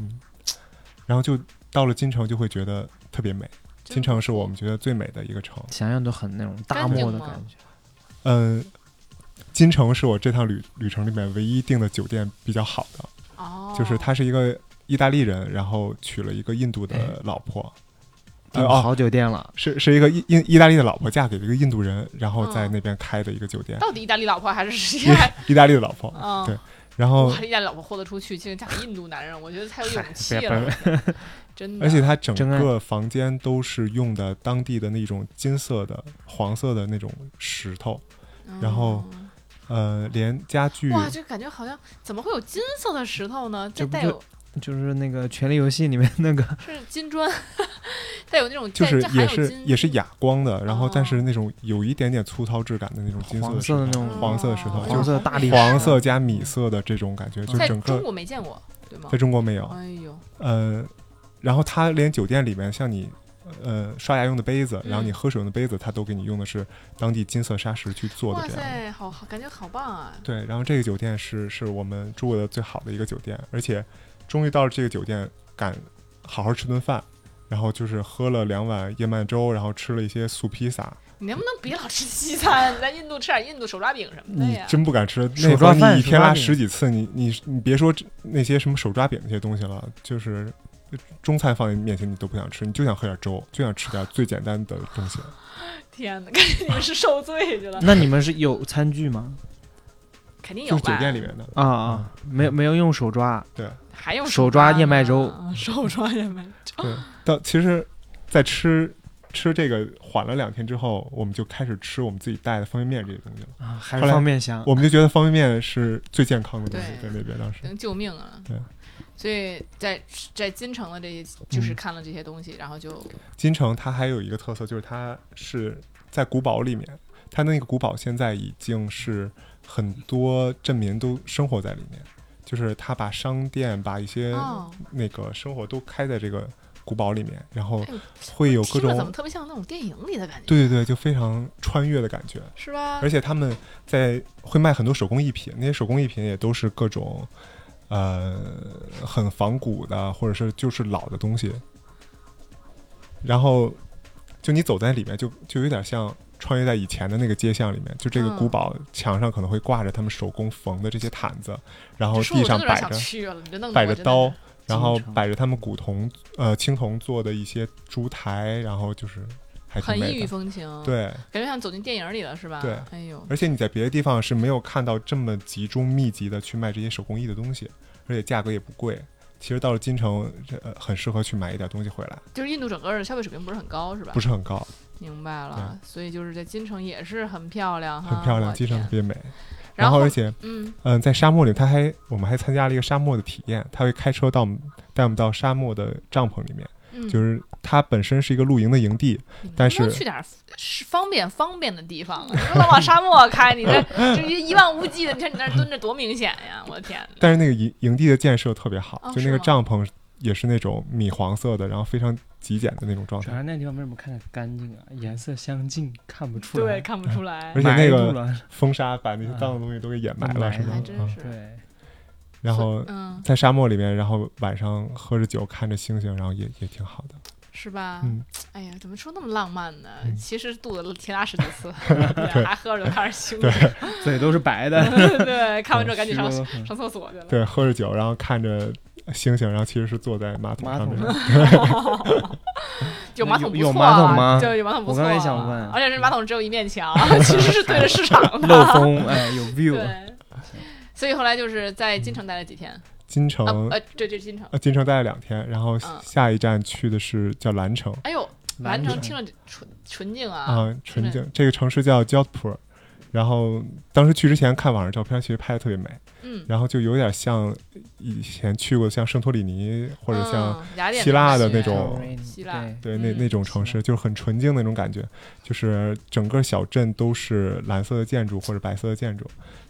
S4: 嗯，然后就到了金城就会觉得特别美。
S1: 真
S4: 金城是我们觉得最美的一个城，
S3: 想想都很那种大
S1: 干净
S3: 漠的
S1: 吗
S3: 感觉。
S4: 嗯，金城是我这趟旅旅程里面唯一订的酒店比较好的，
S1: 哦，
S4: 就是他是一个意大利人，然后娶了一个印度
S1: 哎
S4: 的老婆，呃
S3: 订
S4: 哦，
S3: 嗯好酒店了，
S4: 是是一个印印意大利的老婆嫁给了一个印度人，然后
S1: 哦
S4: 在那边开的一个酒店，
S1: 到底意大利老婆还是谁？
S4: 意大利的老婆，
S1: 嗯，
S4: 对然后
S1: 哇，意大利老婆豁得出去，竟然嫁给印度男人，我觉得
S4: 哦
S1: 太有勇气
S4: 哎
S3: 别
S1: 了，真的。
S4: 而且它整
S3: 真爱
S4: 个房间都是用的当地的那种金色的、黄色的那种石头，
S1: 嗯，
S4: 然后呃，连家具
S1: 哇，这感觉好像怎么会有金色的石头呢？这
S3: 这不
S1: 带
S3: 就
S1: 有
S3: 就是那个《权力游戏》里面那个
S1: 是金砖， 带有那种
S4: 就
S1: 带
S4: 是
S1: 这含
S4: 也
S1: 有
S4: 是
S1: 金
S4: 也是哑光的，然后
S1: 哦
S4: 但是那种有一点点粗糙质感的那种金色
S3: 黄
S4: 的石
S3: 色的那
S4: 头，
S3: 种
S4: 黄色的石头
S1: 哦
S4: 就是
S3: 黄色的大理石，
S4: 黄色加米色的这种感觉，就
S1: 在
S4: 整
S1: 中
S4: 个
S1: 国没见过，对吗
S4: 在？中国没有，
S1: 哎呦，
S4: 呃，然后它连酒店里面像你。呃，刷牙用的杯子，
S1: 嗯
S4: 然后你喝水用的杯子，它都给你用的是当地金色砂石去做的
S1: 哇
S4: 这样的。
S1: 塞，好好，感觉好棒啊！
S4: 对，然后这个酒店是是我们住的最好的一个酒店，而且终于到了这个酒店，敢好好吃顿饭，然后就是喝了两碗燕麦粥，然后吃了一些素披萨。
S1: 你能不能别老吃西餐？ 你在印度吃点印度手抓饼什么的
S4: 你
S1: 呀？
S4: 真不敢吃，
S3: 手
S4: 那会
S3: 抓
S4: 儿你
S3: 饭
S4: 一
S3: 手
S4: 天
S3: 抓
S4: 拉
S3: 饼
S4: 十几次，你你你别说这那些什么手抓饼那些东西了，就是中餐放在你面前你都不想吃，你就想喝点粥，就想吃点最简单的东西。
S1: 天哪，感觉你们是受罪去 了，
S3: 那你们是有餐具吗？
S1: 肯定有
S4: 就是
S1: 吧？
S4: 酒店里面的，
S3: 啊啊，没
S4: 嗯
S3: 有没有用手抓，
S1: 还用
S3: 手抓
S1: 呢
S3: 燕麦粥，
S1: 手抓燕麦 粥。
S4: 对，到其实，在吃吃这个缓了两天之后，我们就开始吃我们自己带的方便面这些东西了。
S3: 啊，还是
S4: 后来
S3: 方便香。
S4: 我们就觉得方便面是最健康的东西，
S1: 对
S4: 在那边当时。
S1: 能救命啊！
S4: 对，
S1: 所以在在金城的这些，就是看了这些东西，然后就
S4: 金城它还有一个特色，就是它是在古堡里面，它那个古堡现在已经是很多镇民都生活在里面，就是他把商店、把一些
S1: 哦，
S4: 那个生活都开在这个古堡里面，然后
S1: 哎呦
S4: 会有
S1: 听
S4: 各
S1: 着怎么
S4: 种。
S1: 特别像那种电影里的感觉，
S4: 对对对，就非常穿越的感觉，
S1: 是吧
S4: 而？且他们在会卖很多手工艺品，那些手工艺品也都是各种，呃，很仿古的，或者是就是老的东西。然后，就你走在里面就，就有点像穿越在以前的那个街巷里面。就这个
S1: 嗯
S4: 古堡墙上可能会挂着他们手工缝的这些毯子，然后
S1: 这说
S4: 地
S1: 我真
S4: 上
S1: 的有点
S4: 摆
S1: 想
S4: 着
S1: 去了，你这弄得
S4: 摆
S1: 我
S4: 着
S1: 真的
S4: 刀
S1: 是，
S4: 然后
S3: 京城
S4: 摆着他们古铜呃青铜做的一些烛台，然后就是还挺
S1: 很异
S4: 美
S1: 域
S4: 的。
S1: 风情，，
S4: 对，
S1: 感觉像走进电影里了，是吧？
S4: 对
S1: 哎呦，
S4: 而且你在别的地方是没有看到这么集中密集的去卖这些手工艺的东西，而且价格也不贵。其实到了金城，这、呃、很适合去买一点东西回来，
S1: 就是印度整个的消费水平不是很高，是吧？
S4: 不是很高，
S1: 明白了，所以就是在金城也是很漂亮哈，
S4: 嗯很漂亮，
S1: 啊我
S4: 金城特
S1: 天
S4: 别美。
S1: 然
S4: 然
S1: 后
S4: 后而且，
S1: 嗯，
S4: 嗯，在沙漠里，他还我们还参加了一个沙漠的体验，他会开车到我们带我们到沙漠的帐篷里面，
S1: 嗯
S4: 就是它本身是一个露营的营地，
S1: 你能
S4: 但
S1: 不能
S4: 是
S1: 去点儿是方便方便的地方啊！你说老往沙漠开，你这这一望无际的，你看你那儿蹲着多明显呀！我的天哪，
S4: 但是那个营营地的建设特别好，
S1: 哦
S4: 就是那个
S1: 吗
S4: 帐篷也是那种米黄色的，然后非常极简的那种状
S3: 主
S4: 态。
S3: 要那地方为什么看着干净啊？颜色相近，看不出
S1: 对，
S3: 来。
S1: 看不出来
S4: 而，且那
S3: 埋
S4: 个
S3: 住了
S4: 风沙把那些
S3: 嗯
S4: 脏的东西都给掩埋
S3: 都
S4: 了，
S3: 埋
S4: 是
S3: 了
S4: 吗
S1: 还？真
S4: 嗯
S1: 是，
S3: 对，
S4: 然后
S1: 嗯，
S4: 在沙漠里面，然后晚上喝着酒，看着星星，然后也也挺好的。
S1: 是吧？
S4: 嗯，
S1: 哎呀，怎么说那么浪漫呢？
S4: 嗯
S1: 其实肚子提拉十几 次，对啊还喝着就开始凶，对，
S3: 嘴都是白 的，
S1: 看完之后赶紧上
S3: 虚了
S1: 上厕所去了。
S4: 对，喝着酒，然后看着星星，然后其实是坐在马桶
S3: 马
S4: 上
S3: 桶
S4: 面
S3: 上
S4: 的。
S1: 有马桶不错、啊，
S3: 有有马桶吗
S1: 就有马桶不错、啊。
S3: 我刚才想问
S1: 而且这马桶只有一面墙，啊其实是对着市场的。
S3: 漏风，哎， 有 view，
S1: 对，所以后来就是在京城待了几天，
S4: 金
S1: 啊
S4: 城，
S1: 呃，对，这是京城。
S4: 呃，金城待了两天，然后
S1: 嗯
S4: 下一站去的是叫蓝城
S1: 哎呦，兰
S3: 城
S1: 城听着纯纯净啊，
S4: 啊，纯
S1: 对
S4: 净。这个城市叫 Jodhpur，然后当时去之前看网上照片，其实拍的特别美，
S1: 嗯，
S4: 然后就有点像以前去过像圣托里尼或者像
S1: 嗯雅典
S4: 希腊的那
S1: 那
S4: 种
S1: 希腊
S3: 对
S4: 对那
S1: 嗯
S4: 那种城市，就是很纯净的那种感觉，就是整个小镇都是蓝色的建筑或者白色的建筑，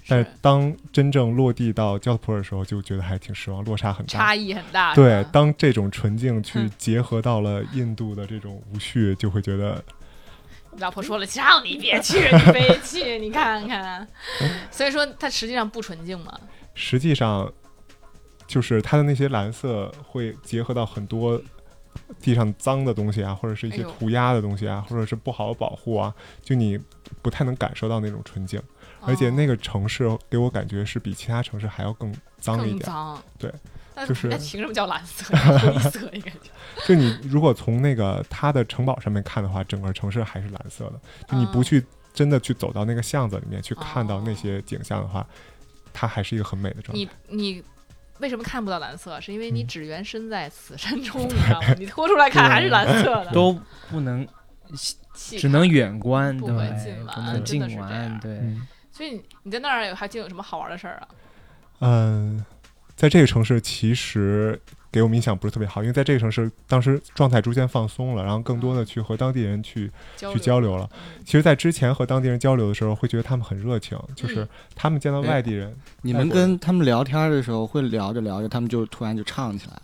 S4: 但
S1: 是
S4: 是当真正落地到焦土普尔的时候，就觉得还挺失望，落差很大。
S1: 差异很大。
S4: 对
S1: 是，吧
S4: 当这种纯净去
S1: 嗯
S4: 结合到了印度的这种无序，就会觉得
S1: 老婆说了，让你别去， 你非去，你看看。所以说它实际上不纯净嘛，
S4: 实际上就是它的那些蓝色会结合到很多地上脏的东西啊，或者是一
S1: 哎
S4: 些
S1: 呦
S4: 涂鸦的东西啊，或者是不好的保护啊，就你不太能感受到那种纯净。而且那
S1: 个
S4: 个城市给我感觉是比其他城市还要更脏一
S1: 更
S4: 点。
S1: 脏。
S4: 对，
S1: 那
S4: 就是
S1: 哎凭什么叫蓝 色？灰色应该叫。
S4: 就你如果从那个它的城堡上面看的话，整个城市还是蓝色的。就你不
S1: 嗯
S4: 去真的去走到那个巷子里面去看到那
S1: 哦
S4: 些景象的话，它还是一个很美的状态。
S1: 你你为什么看不到蓝色？是因为你
S4: 嗯
S1: 只缘身在此山 中，你知道吗？你拖出来看还是蓝色的，
S3: 都不能，
S1: 气
S3: 只能远观，
S1: 不
S3: 对，
S1: 能近
S3: 不
S1: 玩
S3: 能
S1: 啊真的是
S3: 近
S1: 这
S3: 玩，
S1: 样
S3: 对，
S4: 嗯
S1: 所以你在那儿还记得有什么好玩的事儿啊？
S4: 嗯，在这个城市其实给我们印象不是特别好，因为在这个城市当时状态逐渐放松了，然后更多的去和当地人去
S1: 交
S4: 去
S1: 流嗯
S4: 交流了。其实，在之前和当地人交流的时候，会觉得他们很热情，就是
S1: 嗯
S4: 他们见到外地人，
S5: 你们跟他们聊天的时候，会聊着聊着，他们就突然就唱起来了，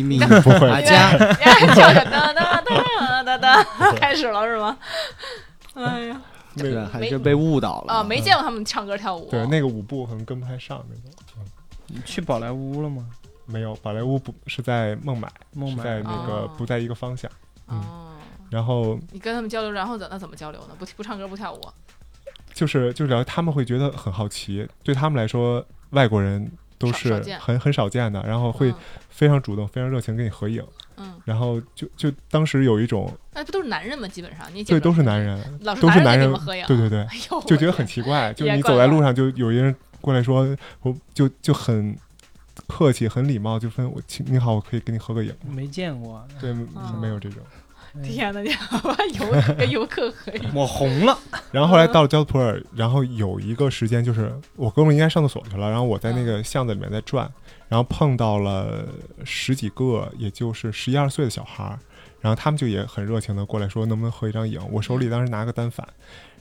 S5: 密
S4: 不会
S5: 阿加，
S1: 哎跳着哒哒哒哒 哒，开始了是吗？哎呀，
S4: 那
S5: 对，
S4: 个
S5: 还是被误导了
S1: 啊，没见过他们唱歌跳舞，
S4: 嗯对那个舞步可能跟不太上那种。
S3: 你去宝莱坞了吗？
S4: 没有，宝莱坞不是在孟买，
S3: 孟
S4: 是在
S3: 买啊
S4: 那个
S1: 哦
S4: 不在一个方向。嗯
S1: 哦，
S4: 然后
S1: 你跟他们交流，然后怎那怎么交流呢？不不唱歌不跳舞，
S4: 就是就是聊，他们会觉得很好奇，对他们来说，外国人都
S1: 少少
S4: 是
S1: 见
S4: 很很少见的，然后会
S1: 嗯
S4: 非常主动、非常热情跟你合影。
S1: 嗯，
S4: 然后就就当时有一种，
S1: 那不都是男人吗？基本上你也见
S4: 对，
S1: 不着
S4: 都是男，人，
S1: 老是
S4: 都是
S1: 男
S4: 男
S1: 人跟
S4: 人
S1: 你们合影，
S4: 对对 对，
S1: 哎呦，
S4: 就觉得很
S1: 我的天
S4: 奇怪，就
S1: 也
S4: 你
S1: 怪
S4: 走在
S1: 怪
S4: 路上就有一人过来说，我就就很客气、很礼貌，就问我请你好，我可以跟你合个影吗。
S3: 没见过，哎
S4: 对，
S1: 哦
S4: 没有这种。
S1: 天哪，你好吧，游跟游客合 影，
S3: 我红 了，
S4: 然后后来到了焦普尔，然后有一个时间就是我哥们儿应该上厕所去了，然后我在那个巷子里面在转，然后碰到了十几个，也就是十一二岁的小孩儿，然后他们就也很热情的过来说能不能合一张影，我手里当时拿个单反，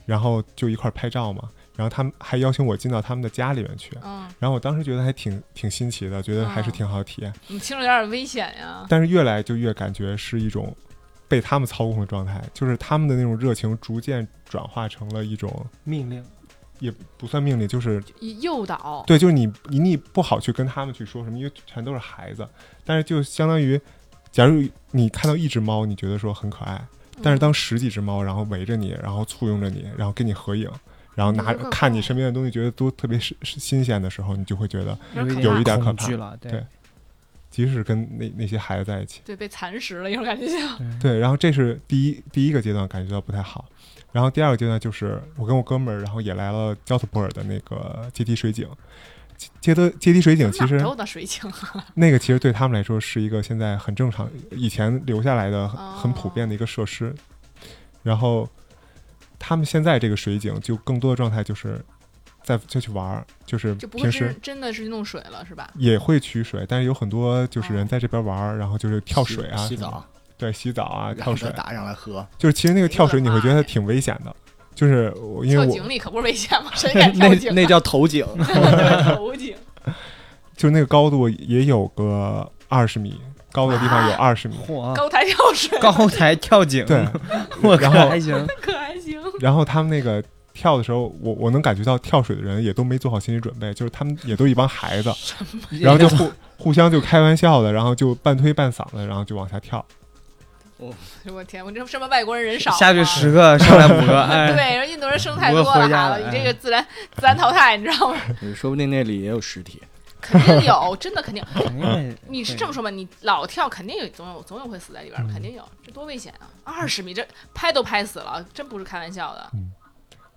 S4: 然后就一块儿拍照嘛，然后他们还邀请我进到他们的家里面去。
S1: 嗯，
S4: 然后我当时觉得还挺挺新奇的，觉得还是
S1: 嗯
S4: 挺好的体验，
S1: 你听着有点危险呀，
S4: 但是越来就越感觉是一种被他们操控的状态，就是他们的那种热情逐渐转化成了一种
S3: 命令，
S4: 也不算命令，就是
S1: 一诱导，
S4: 对，就是你你你不好去跟他们去说什么，因为全都是孩子。但是就相当于，假如你看到一只猫，你觉得说很可爱，
S1: 嗯，
S4: 但是当十几只猫然后围着你，然后簇拥着你，然后跟你合影，然后拿
S1: 嗯
S4: 看你身边的东西，觉得都特别是是新鲜的时候，你就会觉得，
S1: 有点可怕
S4: 有一点可
S3: 恐
S4: 怕
S3: 惧了，对
S4: 对即使跟那那些孩子在一起，
S1: 对被蚕食了，有种感觉像，
S4: 对，然后这是第一第一个阶段感觉到不太好，然后第二个阶段就是我跟我哥们儿，然后也来了焦土普尔的那个阶梯水井。阶阶的阶梯水井嗯其实
S1: 哪儿都有那水井，
S4: 那个其实对他们来说是一个现在很正常，以前留下来的
S1: 哦
S4: 很很普遍的一个设施。然后他们现在这个水井就更多的状态就是在就去玩儿，就是
S1: 就不会
S4: 平时
S1: 真真的是去弄水了是吧？哦
S4: 也会取水，但是有很多就是人在这边玩儿，然后就是跳水啊，
S5: 洗洗澡，
S4: 对，洗澡啊，
S5: 然
S4: 跳
S5: 后再
S4: 水，
S5: 打上来喝，
S4: 就是其实那个跳水你会觉得它挺危险的，就是我因
S1: 跳
S4: 为我
S1: 井里可不是危险 吗？谁敢跳
S5: 那
S1: 井啊？
S5: 那叫 投井，
S1: 对头井，
S4: 啊就是那个高度也有个二十米，高的地方有二十米，
S3: 嚯，啊
S1: 高台跳水，
S3: 高台跳 井，
S4: 对，
S3: 我靠，
S4: 然后
S3: 还行，
S1: 可还行。
S4: 然后他们那个跳的时候，我我能感觉到跳水的人也都没做好心理准备，就是他们也都一帮孩子，然后就互互相就开玩笑的，然后就半推半搿的，然后就往下跳。
S1: 我天，我这什么外国人人少
S3: 下去
S1: 吗
S3: 十个，上来 五个，
S1: 对，
S3: 哎，
S1: 人印度人生太
S3: 我
S1: 多了
S3: 回家
S1: 哈，
S3: 了哎
S1: 你这个自然自然淘汰，你知道吗？
S5: 说不定那里也有尸体。
S1: 肯定有，真的肯定。
S3: 肯定会
S1: 你是这么说吧？你老跳，肯定有，总有总有会死在里边儿，
S4: 嗯
S1: 肯定有，这多危险啊！二十米，这拍都拍死了，真不是开玩笑的。
S4: 嗯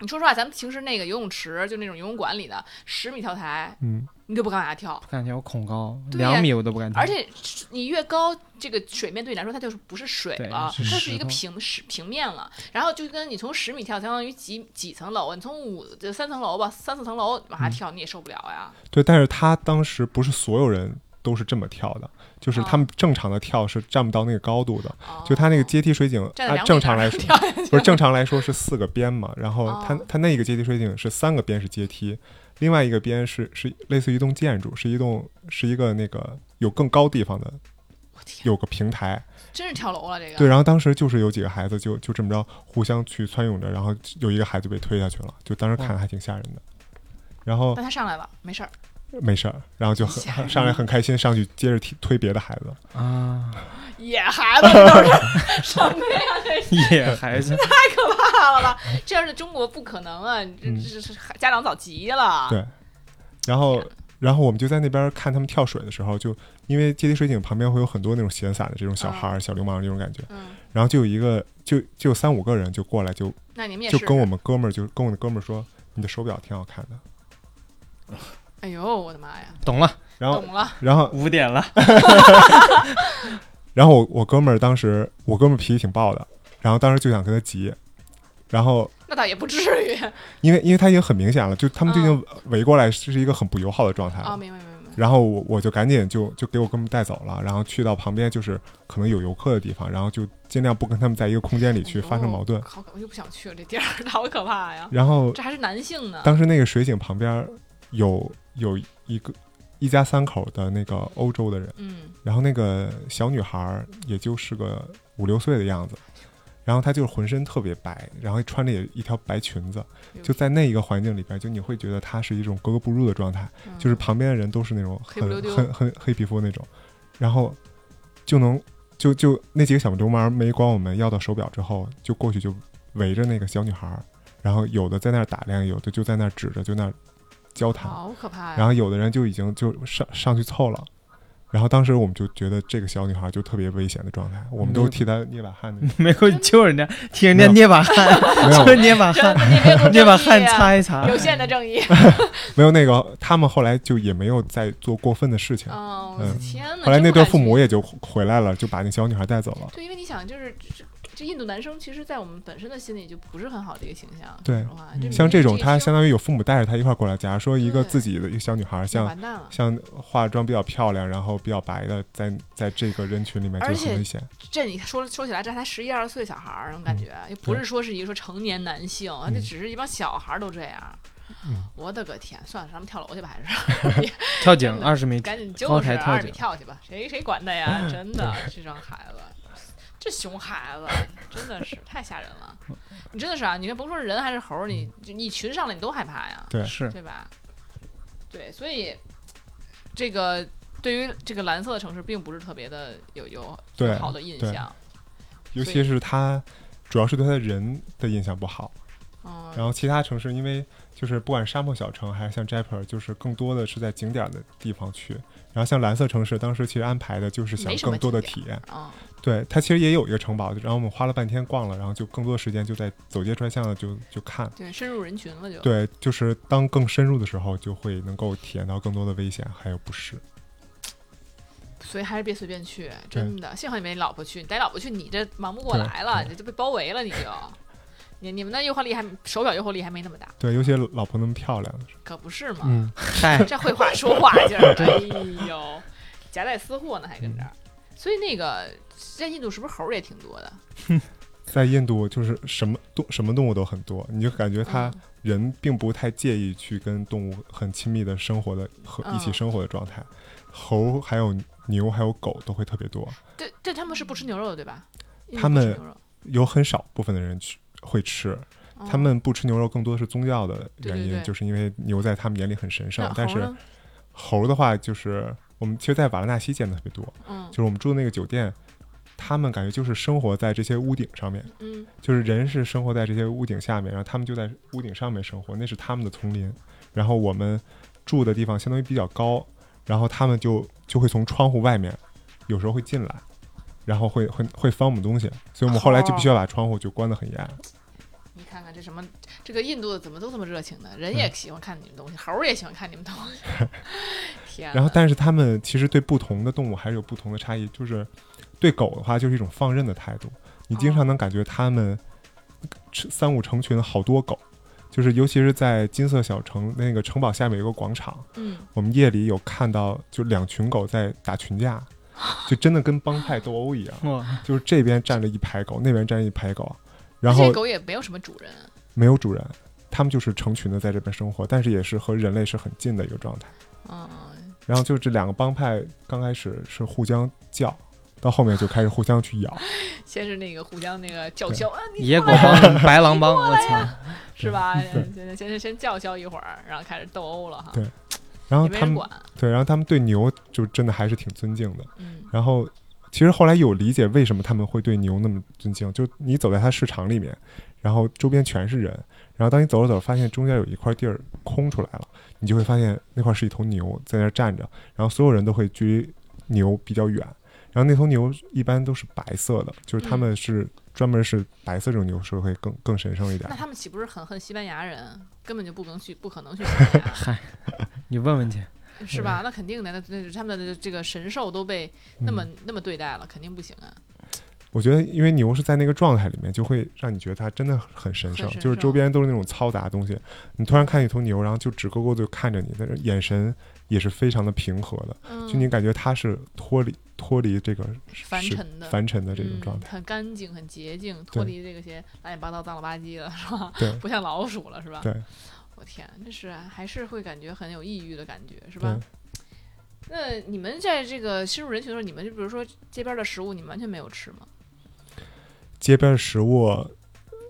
S1: 你说实话，咱们平时那个游泳池，就那种游泳馆里的十米跳台，
S4: 嗯，
S1: 你都不敢往下跳，
S3: 感觉我恐高，
S1: 对呀
S3: 两米我都不敢跳。
S1: 而且你越高，这个水面对你来说它就是不是水
S3: 对
S1: 了，
S3: 是
S1: 它
S3: 石
S1: 是一个
S3: 头
S1: 平石平面了。然后就跟你从十米跳，相当于几几层楼啊？你从五就三层楼吧，三四层楼往
S4: 嗯
S1: 下跳，你也受不了呀。
S4: 对，但是他当时不是所有人都是这么跳的，就是他们正常的跳是站不到那个高度的，就他那个
S1: 哦
S4: 阶梯水井，
S1: 站在
S4: 按
S1: 两米
S4: 正常来说
S1: 高。跳下去
S4: 不是正常来说是四个边嘛，然后
S1: 哦
S4: 它它那个阶梯水井是三个边是阶梯，另外一个边是是类似于一栋建筑，是一栋是一个那个有更高地方的
S1: 我天，
S4: 有个平台。
S1: 真是跳楼了这个。
S4: 对，然后当时就是有几个孩子就就这么着互相去穿泳着，然后有一个孩子被推下去了，就当时看还挺吓人的。然后
S1: 那他上来吧，没事儿。
S4: 没事儿，然后就
S1: 吓人
S4: 很上来很开心，上去接着踢推别的孩子。
S3: 啊，
S1: 野孩子都 是什么呀？这
S3: 野孩子，
S1: 太可怕了吧！这要是中国不可能啊！这
S4: 嗯
S1: 这这家长早急了。
S4: 对然后，然后我们就在那边看他们跳水的时候，就因为阶梯水井旁边会有很多那种闲散的这种小孩儿、小流氓这种感觉，
S1: 嗯，
S4: 然后就有一个就就有三五个人就过来就
S1: 那你们也。
S4: 就是跟我们哥们儿就跟我的哥们儿说你的手表挺好看的，
S1: 哎呦，我的妈呀！
S3: 懂了，
S4: 然后
S1: 懂了，
S4: 然后
S3: 五点了，
S4: 然后我我哥们儿当时我哥们儿脾气挺暴的，然后当时就想跟他急，然后
S1: 那倒也不至于
S4: 因为因为他已经很明显了，就他们就已经围过来是一个很不友好的状态了
S1: 啊！明白明白明白。
S4: 然后我我就赶紧就就给我哥们带走了，然后去到旁边就是可能有游客的地方，然后就尽量不跟他们在一个空间里去发生矛盾
S1: 哎呦。好可，我就不想去了，这地儿好可怕 呀！
S4: 然后
S1: 这还是男性呢，
S4: 当时那个水井旁边有有一个一家三口的那个欧洲的人，
S1: 嗯，
S4: 然后那个小女孩儿也就是个五六岁的样子，然后她就是浑身特别白，然后穿着也一条白裙子，就在那一个环境里边，就你会觉得她是一种格格不入的状态。
S1: 嗯
S4: 就是旁边的人都是那种
S1: 黑不溜
S4: 很
S1: 丢
S4: 很很黑皮肤那种，然后就能就就那几个小流氓没管我们要到手表之后，就过去就围着那个小女孩儿，然后有的在那儿打量，有的就在那儿指着就那儿交谈，
S1: 好可怕呀！
S4: 然后有的人就已经就上上去凑了。然后当时我们就觉得这个小女孩就特别危险的状态，我们都替她捏把汗的，
S3: 没有救人家，替人家捏把 汗，
S4: 没有
S3: 就捏把
S1: 真的
S3: 汗，
S1: 你别给我
S3: 捏把
S1: 正义
S3: 汗
S1: 啊
S3: 擦一擦
S1: 有。限的正义。
S4: 没有那个，他们后来就也没有再做过分的事情。
S1: 哦，我的
S4: 嗯
S1: 天哪！
S4: 后来
S1: 这
S4: 那
S1: 么
S4: 对
S1: 还
S4: 父
S1: 去
S4: 母也就回来了，就把那小女孩带走了。
S1: 对，因为你想，就是这这印度男生，其实，在我们本身的心里就不是很好的一个形象。
S4: 对嗯
S1: 说实话，这
S4: 像这种，她相
S1: 相
S4: 当于有父母带着她一块儿过来。假如说一个
S1: 对
S4: 自己的一个小女孩，像
S1: 完蛋了。
S4: 像化妆比较漂亮，然后比较白的，在在这个人群里面
S1: 而
S4: 就
S1: 且
S4: 很危险。
S1: 这你说说起来，这还十一二岁小孩儿，我感觉又不是说是一个说成年男性，啊这
S4: 嗯
S1: 只是一帮小孩儿都这样
S4: 嗯。
S1: 我的个天！算了，咱们跳楼去吧，还是
S3: 跳井二十米，
S1: 赶紧就
S3: 高
S1: 是
S3: 台跳
S1: 二米
S3: 井
S1: 跳去吧，谁谁管他 呀？真的，这种孩子，这熊孩子真的是太吓人 了。你真的是啊，你看甭说是人还是猴儿，
S4: 嗯
S1: 你就你群上来你都害怕呀。
S4: 对，
S3: 是
S1: 对吧？对，所以这个对于这个蓝色的城市，并不是特别的有有
S4: 对
S1: 好的印
S4: 对
S1: 象。
S4: 尤其是她，主要是对她人的印象不好。
S1: 嗯，
S4: 然后其他城市，因为就是不管沙漠小城还是像 Jaipur，就是更多的是在景点的地方去。然后像蓝色城市，当时其实安排的就是想
S1: 没什么
S4: 更多的
S1: 景
S4: 体验。
S1: 嗯，
S4: 对，它其实也有一个城堡，然后我们花了半天逛了，然后就更多的时间就在走街串巷的就就看。
S1: 对，深入人群了就。
S4: 对，就是当更深入的时候，就会能够体验到更多的危险还有不适。
S1: 所以还是别随便去，真的。幸好你没老婆去，你带老婆去，你这忙不过
S4: 对
S1: 来了，
S4: 对
S1: 你这被包围了，你就。你你们那诱惑力还手表诱惑力还没那么大，
S4: 对，尤其老婆那么漂亮，
S1: 可不是嘛？
S4: 嗯，
S3: 嗨，
S4: 嗯
S1: 这会话说话劲儿，哎呦，夹带私货呢还跟这儿。所以那个在印度是不是猴儿也挺多的？
S4: 在印度就是什么动什么动物都很多，你就感觉他
S1: 嗯
S4: 人并不太介意去跟动物很亲密的生活的和
S1: 嗯
S4: 一起生活的状态。猴还有牛还有狗都会特别多，
S1: 对对，他们是不吃牛肉的，对吧？印度
S4: 他
S1: 不吃
S4: 们
S1: 牛肉
S4: 有很少部分的人去会吃，他
S1: 哦
S4: 们不吃牛肉更多是宗教的
S1: 对
S4: 原
S1: 对
S4: 因，
S1: 对
S4: 就是因为牛在他们眼里很神圣
S1: 那。
S4: 但
S1: 猴
S4: 是
S1: 呢
S4: 猴的话，就是我们其实，在瓦拉纳西见的特别多，
S1: 嗯
S4: 就是我们住的那个酒店，他们感觉就是生活在这些屋顶上面，
S1: 嗯
S4: 就是人是生活在这些屋顶下面，然后他们就在屋顶上面生活，那是他们的丛林。然后我们住的地方相当于比较高，然后他们就就会从窗户外面，有时候会进来，然后会会会翻我们东西，所以我们后来就必须要把窗户就关得很严。
S1: 你看看这什么，这个印度的怎么都这么热情呢？人
S4: 嗯
S1: 也喜欢看你们东西，猴儿也喜欢看你们东西。 天哪，
S4: 然后，但是他们其实对不同的动物还是有不同的差异。就是对狗的话，就是一种放任的态度。你经常能感觉他们成三五成群的好多狗，就是尤其是在金色小城那个城堡下面有个广场，
S1: 嗯，
S4: 我们夜里有看到就两群狗在打 群架，就真的跟帮派斗殴一样，
S3: 哇，
S4: 就是这边站着一排狗，那边站着一排狗，
S1: 这
S4: 然后
S1: 狗也没有什么主人，
S4: 没有主人，他们就是成群的在这边生活，但是也是和人类是很近的一个状态。
S1: 嗯，
S4: 然后就这两个帮派刚开始是互相叫，到后面就开始互相去咬。
S1: 先是那个互相那个叫嚣，啊，你
S3: 野
S1: 过
S3: 果
S1: 来呀
S3: 帮、白狼帮，我操！
S1: 是吧？先先先叫嚣一会儿，然后开始斗殴了哈，
S4: 对然后
S1: 也没
S4: 他
S1: 人
S4: 们
S1: 管，
S4: 对，然后他们对牛就真的还是挺尊敬的。
S1: 嗯
S4: 然后其实后来有理解为什么他们会对牛那么尊敬，就你走在它市场里面，然后周边全是人，然后当你走着走着发现中间有一块地儿空出来了，你就会发现那块是一头牛在那儿站着，然后所有人都会距离牛比较远。然后那头牛一般都是白色的，就是他们是专门是白色这种牛是会更更神圣一点
S1: 那。他们岂不是很恨西班牙人？根本就不能去，不可能去西班牙，
S3: 你问问去，
S1: 是吧？那肯定的，那那他们的这个神兽都被
S4: 嗯
S1: 那么、那么对待了，肯定不行啊。
S4: 我觉得，因为牛是在那个状态里面，就会让你觉得它真的很神圣
S1: 很，神
S4: 就是
S1: 圣
S4: 周边都是那种嘈杂的东西。你突然看一头牛，然后就直勾勾的看着你，但是眼神也是非常的平和的，
S1: 嗯，
S4: 就你感觉它是脱离脱离这个
S1: 凡
S4: 是
S1: 尘的
S4: 凡尘的这种状
S1: 嗯，
S4: 态。
S1: 很干净，很洁净，脱
S4: 对
S1: 离这个些乱七八糟、脏了吧 唧的，是吧？
S4: 对
S1: 不像老鼠了，是吧？
S4: 对
S1: 我天，这是啊还是会感觉很有异域的感觉，是吧
S4: 对？，
S1: 那你们在这个深入人群的时候，你们就比如说街边的食物，你们完全没有吃吗？
S4: 街边的食物，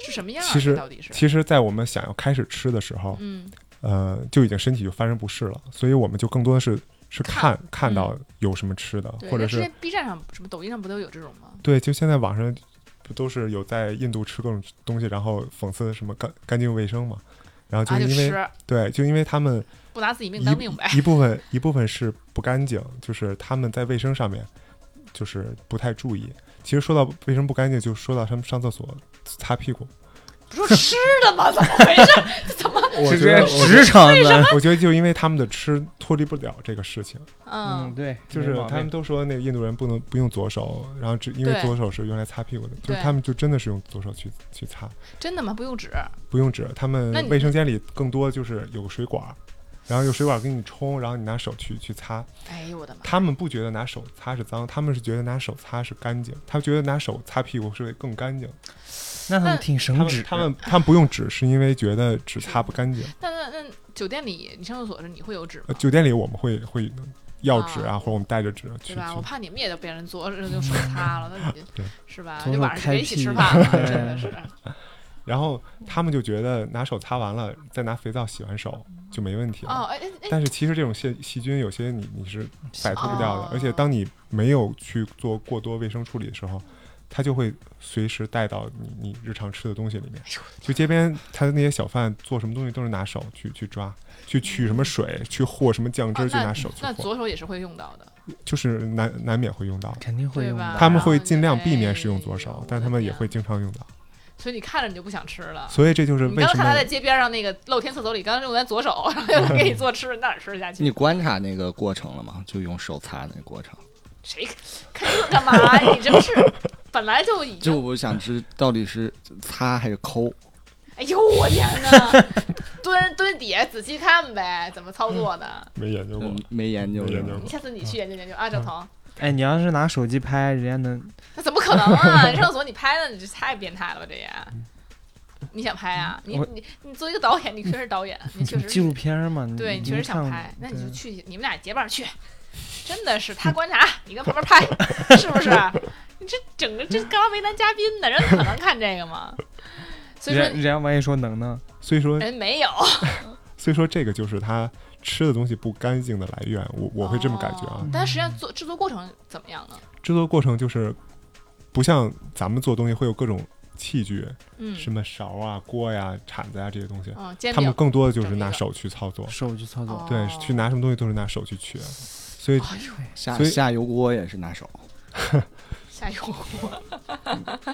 S1: 是什么样啊？
S4: 其实
S1: 到底是？
S4: 其实，在我们想要开始吃的时候，
S1: 嗯
S4: 呃，就已经身体就发生不适了，所以我们就更多的是是
S1: 看嗯
S4: 看看到有什么吃的，，
S1: 对。
S4: 或者
S1: 那之
S4: 是
S1: 前 B 站上、什么抖音上不都有这种吗？
S4: 对，就现在网上不都是有在印度吃各种东西，然后讽刺什么干干净卫生嘛？然后
S1: 啊，
S4: 是
S1: 就
S4: 因为、
S1: 吃，
S4: 对，就因为他们
S1: 不拿自己命当命呗。
S4: 一一部分一部分是不干净，就是他们在卫生上面就是不太注意。其实说到卫生不干净，就说到他们上厕所擦屁股。
S1: 不说吃的吗？怎么回事？ 怎么？
S4: 我
S3: 是
S4: 觉得
S3: 这
S4: 我
S3: 直肠子。
S4: 我觉得就因为他们的吃脱离不了这个事情，
S1: 嗯，
S3: 对，
S4: 就是
S3: 没毛病
S4: 他们都说那个印度人不能不用左手，然后只因为
S1: 对
S4: 左手是用来擦屁股的，就是
S1: 对
S4: 他们就真的是用左手去去擦。
S1: 真的吗？不用纸，
S4: 不用纸，他们
S1: 那你
S4: 卫生间里更多就是有个水管儿，然后有水管儿给你冲，然后你拿手去去擦。
S1: 哎呦我的妈！
S4: 他们不觉得拿手擦是脏，他们是觉得拿手擦是干净，他觉得拿手擦屁股是会更干净。
S3: 那他
S1: 那
S3: 们挺
S4: 他
S3: 省
S4: 们
S3: 纸，
S4: 他们他们不用纸，是因为觉得纸擦不干净。
S1: 那那那酒店里，你上厕所的时候你会有纸吗
S4: 呃？酒店里我们会会要纸啊，
S1: 啊
S4: 或者我们带着纸
S1: 对
S4: 去去。
S1: 吧？我怕你们也都被人坐着就手擦了， 那你就是
S4: 对
S1: 是吧？
S3: 从
S1: 就
S3: 头
S1: 晚上
S3: 开
S1: 别一起
S3: 辟
S1: 吃饭了，
S3: 对
S1: 真的
S4: 哎
S1: 是。
S4: 然后他们就觉得拿手擦完了，再拿肥皂洗完手就没问题了。
S1: 哦，哎哎哎，
S4: 但是其实这种细细菌有些你你是摆脱不掉的
S1: 哦，
S4: 而且当你没有去做过多卫生处理的时候，它就会随时带到你你日常吃的东西里
S1: 哎
S4: 面。就街边他那些小贩做什么东西都是拿手去去抓，去取什么水，去和什么酱汁
S1: 啊
S4: 儿，去拿手去
S1: 那
S4: 和，
S1: 左手也是会用到的，
S4: 就是难难免会用
S1: 哦
S4: 到的。
S3: 肯定会
S1: 对
S3: 用
S1: 吧
S3: 的。
S4: 他们会尽量避免使用左
S1: 哎呦
S4: 手
S1: 我，
S4: 但
S1: 的
S4: 他们也
S1: 天
S4: 会经常用到，
S1: 所以你看着你就不想吃了。
S4: 所以这就是
S1: 哦你
S4: 为
S1: 刚
S4: 什
S1: 看他
S4: 么嗯
S1: 在街边上那个露天厕所里，刚刚用完左手， 然后又给你做吃，的，哪儿吃得下
S5: 你
S1: 去？
S5: 观察那个过程了吗？就用手擦那个过程。
S1: 谁看这干嘛？你真是，本来就已
S5: 就
S1: 经，
S5: 我想知到底是擦还是抠，
S1: 哎呦我天哪！ 蹲蹲底下仔细看呗，怎么操作的？
S4: 没研究过
S5: 嗯。没研究
S4: 没
S5: 是
S4: 研究
S5: 吧
S4: 过嗯
S1: 你下次你去研究研究啊，赵彤，
S3: 哎，你要是拿手机拍，人家能
S1: 那怎么可能 啊？上所你拍的，你这太变态了吧？这也，你想拍啊？
S4: 嗯
S1: 你
S3: 我
S1: 你你作为一个导演，你确实是导演，你 确实
S3: 纪录片儿嘛？你
S1: 对，
S3: 你
S1: 你确
S3: 没
S1: 实想
S3: 看
S1: 拍
S3: 过，
S1: 那你就
S3: 对
S1: 去，你们俩结伴儿去，真的是他观察，你跟旁边拍， 是不是？你这整个这干嘛为难嘉宾呢？人可能看这个吗？所以
S3: 人
S1: 说
S3: 人家万一说能呢？
S4: 所以说，
S1: 人没有，
S4: 所以说这个就是他吃的东西不干净的来源，我我会这么感觉啊
S1: 哦。但实际上做制作过程怎么样呢？
S4: 制作过程就是不像咱们做东西会有各种器具，
S1: 嗯，
S4: 什么勺啊、锅呀、铲子呀啊这些东西，
S1: 嗯，煎
S4: 他们
S1: 饼。
S4: 更多的就是
S1: 整一
S4: 拿
S1: 个
S4: 手去操作，
S3: 手机操作，
S1: 哦哎
S4: 对，去拿什么东西都是拿手 去取，所以
S5: 下
S4: 所以
S5: 下油锅也是拿手，
S1: 下油锅，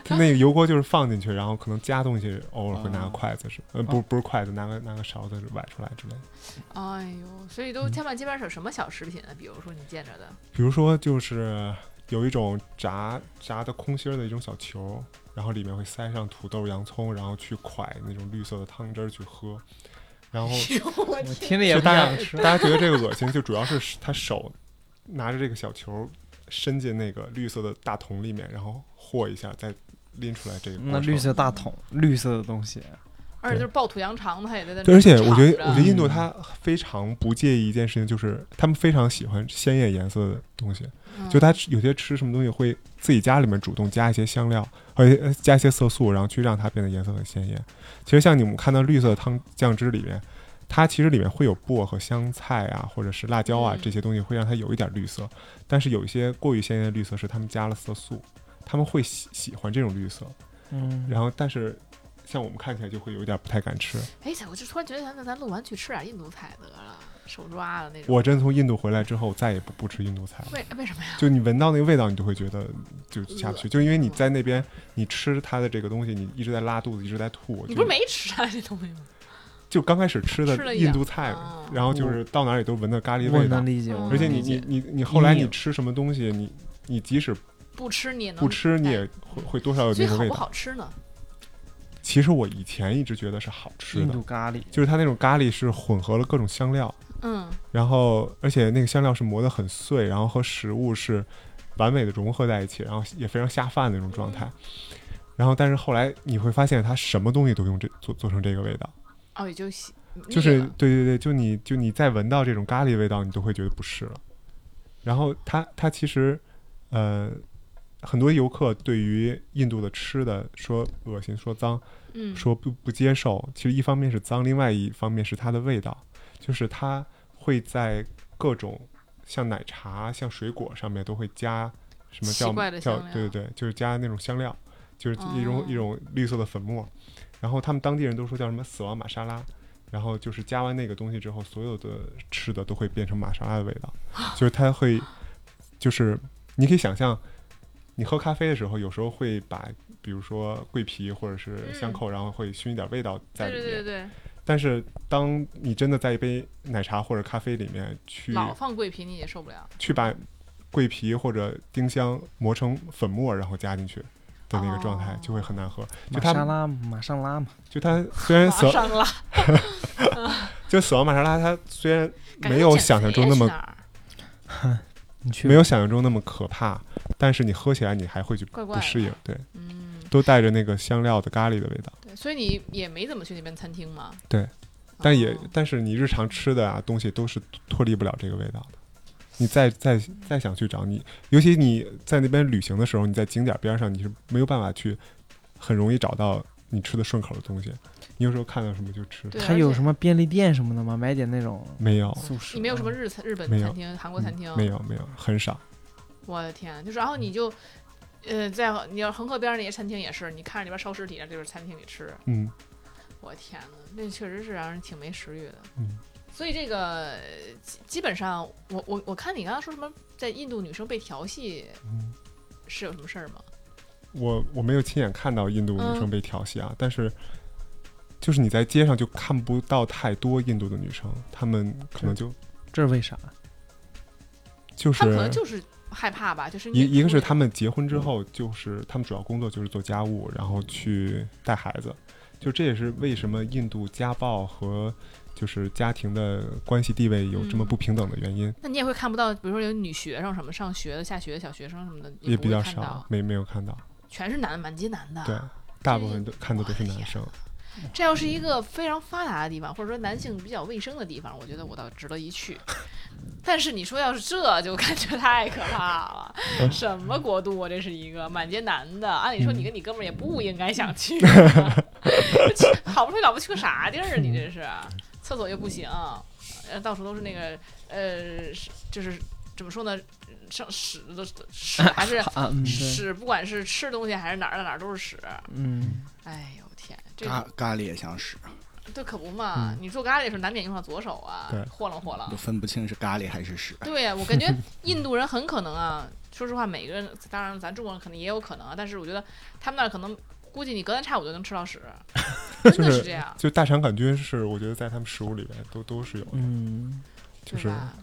S4: 它那个油锅就是放进去，然后可能加东西，偶尔会
S1: 哦
S4: 拿个筷子是，呃，不不是筷子，拿个拿个勺子崴出来之类的。
S1: 哎呦，所以
S4: 嗯
S1: 都他们街边儿有什么小食品啊呢？比如说你见着的，
S4: 比如说就是有一种炸炸的空心儿的一种小球，然后里面会塞上土豆、洋葱，然后去蒯那种绿色的汤汁儿去喝，然后
S1: 哎呦 我
S3: 我
S1: 天，
S3: 听着也
S4: 就
S3: 不
S4: 大
S3: 想
S4: 家
S3: 吃。
S4: 大家觉得这个恶心，就主要是他手拿着这个小球伸进那个绿色的大桶里面，然后和一下，再拎出来这个过程。
S3: 那绿色大桶，绿色的东西，
S1: 而且就是爆土洋肠的，他也在那。
S4: 对，而且我觉得，我觉得
S3: 嗯
S4: 印度他非常不介意一件事情，就是他们非常喜欢鲜艳颜色的东西。
S1: 嗯
S4: 就他吃有些吃什么东西会自己家里面主动加一些香料，而且呃加一些色素，然后去让它变得颜色很鲜艳。其实像你们看到绿色的汤酱汁里面，它其实里面会有薄荷、香菜啊，或者是辣椒啊
S1: 嗯
S4: 这些东西，会让它有一点绿色。但是有一些过于鲜艳的绿色是他们加了色素，他们会喜喜欢这种绿色。
S3: 嗯，
S4: 然后但是像我们看起来就会有一点不太敢吃。
S1: 哎，我就突然觉得咱咱录完去吃点印度菜得了，手抓的那种。
S4: 我真从印度回来之后，再也不不吃印度菜了。
S1: 为为什么呀？
S4: 就你闻到那个味道，你就会觉得就下
S1: 嗯
S4: 不去，就因为你在那边，你吃它的这个东西，你一直在拉肚子，一直在吐。
S1: 你
S4: 就
S1: 不是没吃啊这东西吗？
S4: 就刚开始
S1: 吃
S4: 吃的
S1: 了一点
S4: 印度菜
S1: 啊，
S4: 然后就是到哪里都闻到咖喱
S3: 我
S4: 味道
S3: 能，理解，
S1: 嗯
S3: 我能
S4: 而且你
S3: 理解
S4: 你你你后来
S3: 腻
S4: 你
S3: 了
S4: 吃什么东西，你你即使
S1: 不吃你也能
S4: 不吃，你也会会多少有
S1: 所以
S4: 那个
S1: 好
S4: 味
S1: 不
S4: 道。
S1: 好吃呢？
S4: 其实我以前一直觉得是好吃
S3: 印
S4: 的
S3: 度，咖喱，
S4: 就是它那种咖喱是混合了各种香料，
S1: 嗯，
S4: 然后而且那个香料是磨得很碎，然后和食物是完美的融合在一起，然后也非常下饭的那种状态。然后但是后来你会发现，它什么东西都用这做做成这个味道，
S1: 哦，也就喜腻
S4: 就是
S1: 了
S4: 对对对，就你就你再闻到这种咖喱味道，你都会觉得不适了。然后它它其实呃。很多游客对于印度的吃的说恶心、说脏，
S1: 嗯，
S4: 说不不接受，其实一方面是脏，另外一方面是它的味道，就是它会在各种像奶茶、像水果上面都会加什么
S1: 奇
S4: 叫
S1: 怪的
S4: 叫
S1: 香料
S4: 对对对，就是加那种香料，就是一种、
S1: 哦
S4: 一种绿色的粉末，然后他们当地人都说叫什么死亡玛莎拉。然后就是加完那个东西之后，所有的吃的都会变成玛莎拉的味 道，就是它会，就是你可以想象，你喝咖啡的时候，有时候会把比如说桂皮或者是
S1: 嗯
S4: 香扣，然后会熏一点味道在
S1: 对
S4: 里
S1: 对
S4: 面。
S1: 对对
S4: 但是当你真的在一杯奶茶或者咖啡里面
S1: 对，
S4: 去
S1: 老放桂皮你也受不了
S4: 去把桂皮或者丁香磨成粉末，然后加进去的那个状态
S1: 哦，
S4: 就会很难喝。就
S3: 玛
S4: 它
S3: 莎拉，玛莎拉 嘛，
S4: 就它 虽然
S1: 马
S4: 死
S1: 上了，
S4: 就死亡玛莎拉，它虽然
S1: 感
S4: 没
S1: 觉
S4: 有
S1: 减
S4: 想象
S1: 肥
S4: 中
S1: 也
S4: 那
S1: 是
S4: 么
S1: 哪儿
S3: 你去
S4: 没有想象中那么可怕，但是你喝起来你还会去
S1: 怪怪
S4: 不适
S1: 的
S4: 应，对，
S1: 嗯，
S4: 都带着那个香料的咖喱的味道。
S1: 对，所以你也没怎么去那边餐厅嘛？
S4: 对，但也
S1: 哦
S4: 但是你日常吃的啊东西都是脱离不了这个味道的。你再再再想去找你，尤其你在那边旅行的时候，你在景点边上，你是没有办法去很容易找到你吃的顺口的东西。你有时候看到什么就吃，
S1: 对，
S3: 它
S1: 而
S3: 有
S1: 且
S3: 什么便利店什么的吗？买点那种
S4: 没有，
S3: 速食。
S1: 你没有什么日餐、日本
S4: 没有嗯
S1: 餐厅、韩国餐厅，
S4: 没有没有，很少。
S1: 我的天，啊就是然后你就，呃，在你要恒河边上那些餐厅也是，你看着里边烧尸体，这就是餐厅里吃，
S4: 嗯，
S1: 我的天呐，那确实是让人挺没食欲的。
S4: 嗯
S1: 所以这个呃基基本上，我我我看你刚刚说什么，在印度女生被调戏
S4: 嗯
S1: 是有什么事儿吗？
S4: 我我没有亲眼看到印度女生
S1: 嗯
S4: 被调戏啊，但是就是你在街上就看不到太多印度的女生，她们可能就
S3: 这是为啥？
S4: 就是
S1: 她们可能就是害怕吧，就是
S4: 一一个是他
S1: 们
S4: 们结婚之后，就是他们主要工作就是做家务，然后去带孩子。就这也是为什么印度家暴和就是家庭的关系地位有这么
S1: 嗯
S4: 不平等的原因，
S1: 那你也会看不到，比如说有女学生什么上学的、下学的小学生什么的，
S4: 也
S1: 不
S4: 比
S1: 会
S4: 较
S1: 看
S4: 少
S1: 到，，啊
S4: 没没有看到。
S1: 全是男的，满街男的。
S4: 对，大部分都看的都是男生。
S1: 这要是一个非常发达的地方，或者说男性比较卫生的地方，我觉得我倒值得一 去。但是你说要是这就感觉太可怕了，
S3: 嗯
S1: 什么国度啊？这是一个满街男的，按理说你跟你哥们儿也不应该想 去，好不容易老婆去个啥地儿？啊你这是厕所又不行，呃，到处都是那个呃，是就是怎么说呢，嗯上屎都 屎还是
S3: 啊，嗯，对，
S1: 屎，不管是吃东西还是哪儿的哪儿都是屎。
S3: 嗯，
S1: 哎呦天，这
S5: 咖咖喱也啊想使，
S1: 对，可不嘛！你做咖喱的时候难免用到左手啊
S4: 对，
S1: 豁楞豁
S5: 都
S1: 楞。
S5: 分不清是咖喱还是屎。
S1: 对呀，我感觉印度人很可能啊，说实话，每个人，当然咱中国人可能也有可能啊，但是我觉得他们那儿可能估计你隔三差五就能吃到屎，真的
S4: 就是是
S1: 这样，
S4: 就大肠杆菌是我觉得在他们食物里面都都是有的，
S3: 嗯，
S4: 就
S1: 对
S4: 是
S1: 吧？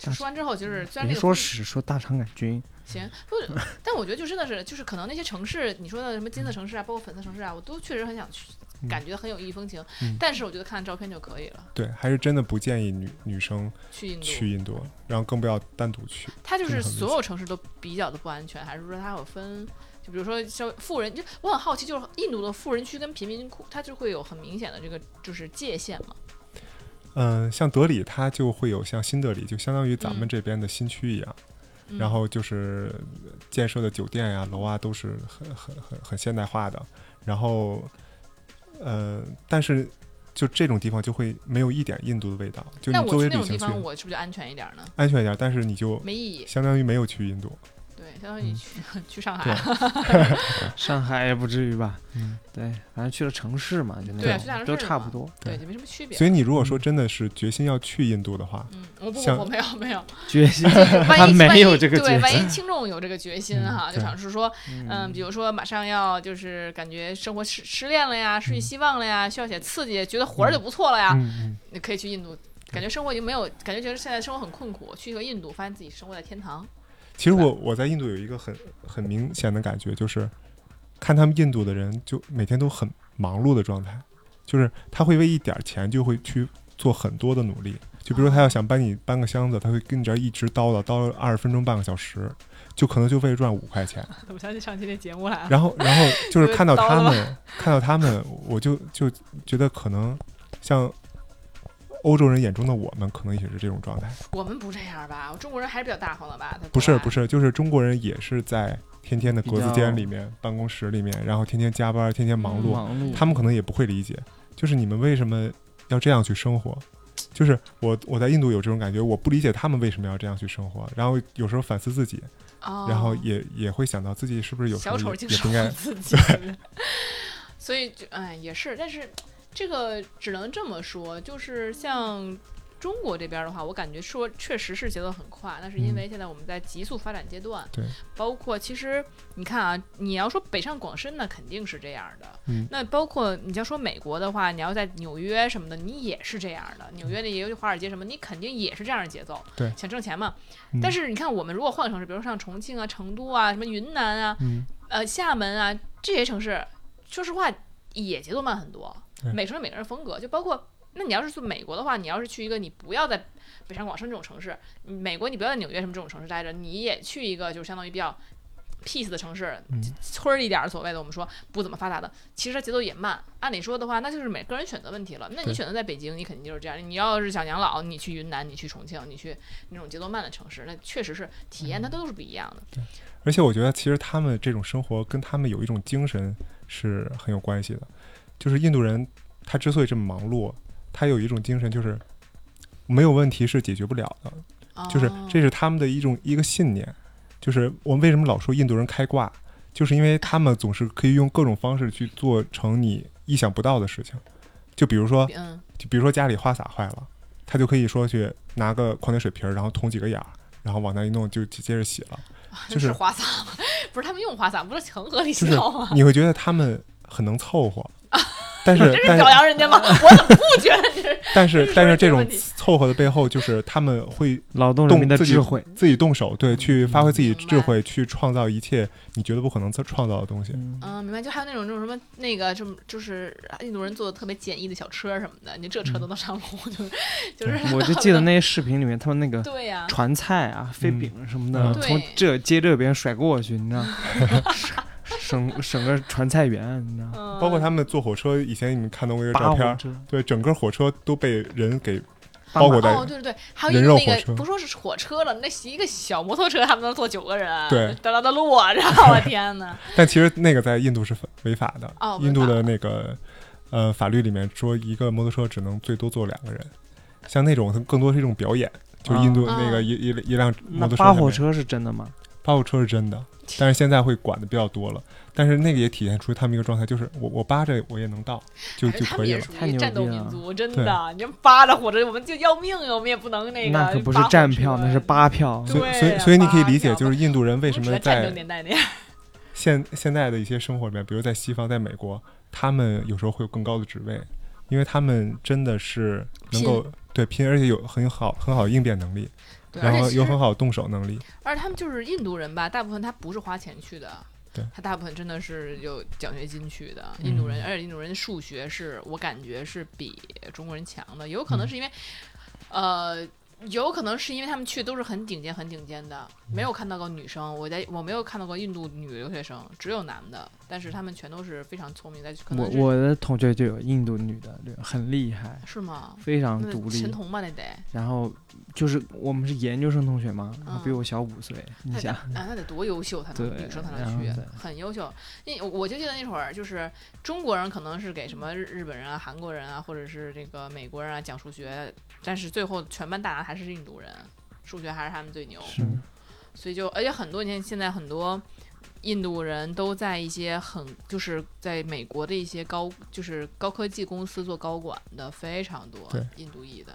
S3: 像
S1: 说完之后就是，虽然
S3: 别
S1: 这个
S3: 说
S1: 风
S3: 屎，说大肠杆菌，
S1: 行，不，但我觉得就真的是，就是可能那些城市，你说的什么金色城市啊，包括粉色城市啊，我都确实很想去，
S4: 嗯
S1: 感觉很有异域风情
S4: 嗯。
S1: 但是我觉得看照片就可以了，
S4: 对，还是真的不建议女女生
S1: 去印度。
S4: 去印度，然后更不要单独去。
S1: 它就是
S4: 正常的
S1: 所有城市都比较的不安全，还是说它有分？就比如说像富人，就我很好奇，就是印度的富人区跟贫民窟，它就会有很明显的这个就是界限嘛。
S4: 嗯、像德里它就会有像新德里，就相当于咱
S1: 嗯
S4: 们这边的新区一样，
S1: 嗯、
S4: 然后就是建设的酒店呀、楼啊都是很很很很现代化的，然后呃，但是。就这种地方就会没有一点印度的味道，就
S1: 那
S4: 你作
S1: 我
S4: 为
S1: 去那
S4: 旅
S1: 种地
S4: 行去
S1: 方，我是不是就安全一点呢？
S4: 安全一点，但是你就
S1: 没意义，
S4: 相当于没有去印度。
S1: 对，相当于你去、去上海
S4: 嗯
S1: 啊
S4: 对
S1: 了，
S3: 上海也不至于吧？
S4: 嗯，
S3: 对，反正去了城市嘛，就
S1: 对啊
S3: 那
S1: 去大城市
S3: 种都
S1: 了
S3: 差
S1: 嘛
S3: 不多。
S1: 对，
S4: 对
S1: 就没什么区别。
S4: 所以你如果说真的是决心要去印度的话，
S1: 嗯，我不不
S4: 像
S1: 不，没有没 有，
S3: 决心，
S1: 万一
S3: 没
S1: 万一
S3: 有这个决
S1: 对，万一听众有这个决心
S4: 嗯
S1: 哈，就
S4: 对
S1: 想是说，嗯，
S3: 嗯
S1: 比如说马上要就是感觉生活失失恋了呀，失去希望了呀，需要些刺激，觉得活着就不错了呀，
S4: 嗯
S1: 你可以去印度，感觉生活已经没有，感觉觉得现在生活很困苦，去一个印度，发现自己生活在天堂。
S4: 嗯，其实我我在印度有一个很很明显的感觉，就是看他们印度的人就每天都很忙碌的状态，就是他会为一点钱就会去做很多的努力，就比如说他要想搬你搬个箱子，他会跟你这儿一直叨叨叨二十分钟半个小时，就可能就为了赚五块钱。
S1: 我想起上期那节目来了，
S4: 然后，然后就
S1: 啊 因为
S4: 是看到
S1: 刀
S4: 他
S1: 了吧
S4: 们，看到他们，我就就觉得可能像欧洲人眼中的我们，可能也是这种状态。
S1: 我们不这样吧？我中国人还是比较大方的吧？
S4: 不是不
S1: 是，
S4: 是，就是中国人也是在天天的格子
S3: 比较
S4: 间里面、办公室里面，然后天天加班、天天
S1: 嗯
S4: 忙碌，
S3: 忙碌，
S4: 他们可能也不会理解，就是你们为什么要这样去生活。就是我我在印度有这种感觉，我不理解他们为什么要这样去生活，然后有时候反思自己，
S1: 哦、
S4: 然后也也会想到自己是不是有时
S1: 小
S4: 候
S1: 丑
S4: 也
S1: 竟
S4: 也不应
S1: 是
S4: 该
S1: 自己， 所以就哎也是，但是这个只能这么说，就是像。中国这边的话，我感觉说确实是节奏很快，那是因
S4: 嗯
S1: 为现在我们在急速发展阶段。
S4: 对，
S1: 包括其实你看啊，你要说北上广深那肯定是这样的。
S4: 嗯
S1: 那包括你要说美国的话，你要在纽约什么的，你也是这样的。纽约的也有华尔街什么，你肯定也是这样的节奏。
S4: 对
S1: 想挣钱嘛。
S4: 嗯
S1: 但是你看，我们如果换个城市，比如说像重庆啊、成都啊、什么云南啊，
S4: 嗯
S1: 呃，厦门啊这些城市，说实话也节奏慢很多。
S4: 对
S1: 每城市每个人风格，就包括那你要是去美国的话，你要是去一个你不要在北上广深这种城市，你美国你不要在纽约什么这种城市待着，你也去一个就是相当于比较 peace 的城市，
S4: 嗯
S1: 村儿一点儿所谓的我们说不怎么发达的，其实它节奏也慢。按理说的话，那就是每个人选择问题了。那你
S4: 对
S1: 选择在北京，你肯定就是这样。你要是想养老，你去云南，你去重庆，你去那种节奏慢的城市，那确实是体验
S4: 嗯
S1: 它都是不一样的。
S4: 而且我觉得，其实他们这种生活跟他们有一种精神是很有关系的。就是印度人，他之所以这么忙碌，他有一种精神，就是没有问题是解决不了的，就是
S1: 哦
S4: 这是他们的一种一个信念。就是我们为什么老说印度人开挂，就是因为他们总是可以用各种方式去做成你意想不到的事情。就比如说，
S1: 嗯，
S4: 就比如说家里花洒坏了，他就可以说去拿个矿泉水瓶儿，然后捅几个眼儿，然后往那一弄就接着洗 了。就是
S1: 是花洒吗？ 不是他们用花洒，不是恒河里洗
S4: 就是
S1: 澡吗？
S4: 你会觉得他们很能凑合，但是
S1: 这是
S4: 但是
S1: 表扬人家吗？我怎么不觉得这是？
S4: 但是但是
S1: 这
S4: 这种
S1: 个问题
S4: 凑合的背后，就是他们会
S3: 劳动人
S4: 动
S3: 民的
S4: 自己
S3: 智慧。
S4: 自己动手，对，去发挥自己
S1: 嗯明白
S4: 智慧，去创造一切你觉得不可能创造的东西。
S1: 嗯，明白。就还有那种那种什么那个什么，就是印度人做的特别简易的小车什么的，你这车都
S4: 嗯
S1: 能上路， 就是就是。
S3: 我就记得那些视频里面，他们那 个
S1: 对呀、
S3: 传菜啊、飞饼什么的，
S4: 嗯
S3: 从
S1: 对
S3: 这接着别人甩过去， 你知道，省省个传菜员，你知道，
S1: 嗯，
S4: 包括他们坐火车，以前你们看到过一个
S3: 扒
S4: 照
S3: 火
S4: 片儿，
S3: 车
S4: 对，整个火车都被人给包裹在
S1: 哦，对对对，还有
S4: 人
S1: 一个
S4: 肉
S1: 那
S4: 火车
S1: 个不说是火车了，那一个小摩托车，他们能坐九个人，
S4: 对
S1: 哒哒哒路啊，然后 我天呐，
S4: 但其实那个在印度是违违法的，
S1: 哦违法
S4: 印度的那个呃法律里面说，一个摩托车只能最多坐两个人，像那种它更多是一种表演，就印度那
S1: 啊
S4: 个一、一一辆摩
S3: 那
S4: 托车
S3: 扒
S4: 上面，
S3: 火车是真的吗？
S4: 扒火车是真的，但是现在会管的比较多了，但是那个也体现出他们一个状态，就是我我扒着我也能到，就
S1: 反正
S4: 就
S1: 哎他
S4: 可
S1: 们
S4: 以
S1: 也
S4: 了
S1: 属，
S3: 太
S1: 于
S3: 牛
S1: 战斗
S3: 逼
S1: 民
S3: 了
S1: 族，真的，你这扒着火车，我们就要命啊，我们也不能那个，
S3: 那可不是
S1: 扒火
S3: 站票，
S1: 车
S3: 那是。扒票。
S4: 所
S1: 对
S4: 以所以
S1: 呀
S4: 所以你可以
S1: 扒
S4: 理解，
S1: 着
S4: 就是印度人为什
S1: 我
S4: 么
S1: 们处在战
S4: 在
S1: 争年代那样？
S4: 现现在的一些生活里面，比如在西方，在美国，他们有时候会有更高的职位，因为他们真的是能够对拼，而且有很好很好的应变能力，
S1: 对，而
S4: 然
S1: 且
S4: 后
S1: 其
S4: 有
S1: 实
S4: 很好的动手能力。
S1: 而他们就是印度人吧，大部分他不是花钱去的，
S4: 对
S1: 他大部分真的是有奖学金去的。
S4: 嗯
S1: 印度人，而且印度人数学是我感觉是比中国人强的，有可能
S3: 嗯
S1: 是因为，呃。有可能是因为他们去都是很顶尖、很顶尖的，没有看到过女生。我在我没有看到过印度女留学生，只有男的，但是他们全都是非常聪明的，可
S3: 我
S1: 能是
S3: 我的同学就有印度女的，对，很厉害，
S1: 是吗？
S3: 非常
S1: 那
S3: 独
S1: 神
S3: 立。
S1: 童吧，那得
S3: 然后就是我们是研究生同学嘛，然后比
S1: 嗯
S3: 我小五岁，你
S1: 那得
S3: 想
S1: 啊，那得多优秀才能
S3: 对
S1: 女生才
S3: 然
S1: 能
S3: 后
S1: 去
S3: 再，
S1: 很优秀。因我就记得那会儿，就是中国人可能是给什么日日本人啊、韩国人啊，或者是这个美国人啊讲数学，但是最后全班大拿还是印度人，数学还是他们最牛。
S3: 是
S4: 嗯
S1: 所以就而且很多年现在很多印度人都在一些很就是在美国的一些高就是高科技公司做高管的非常多
S4: 对，
S1: 印度裔的。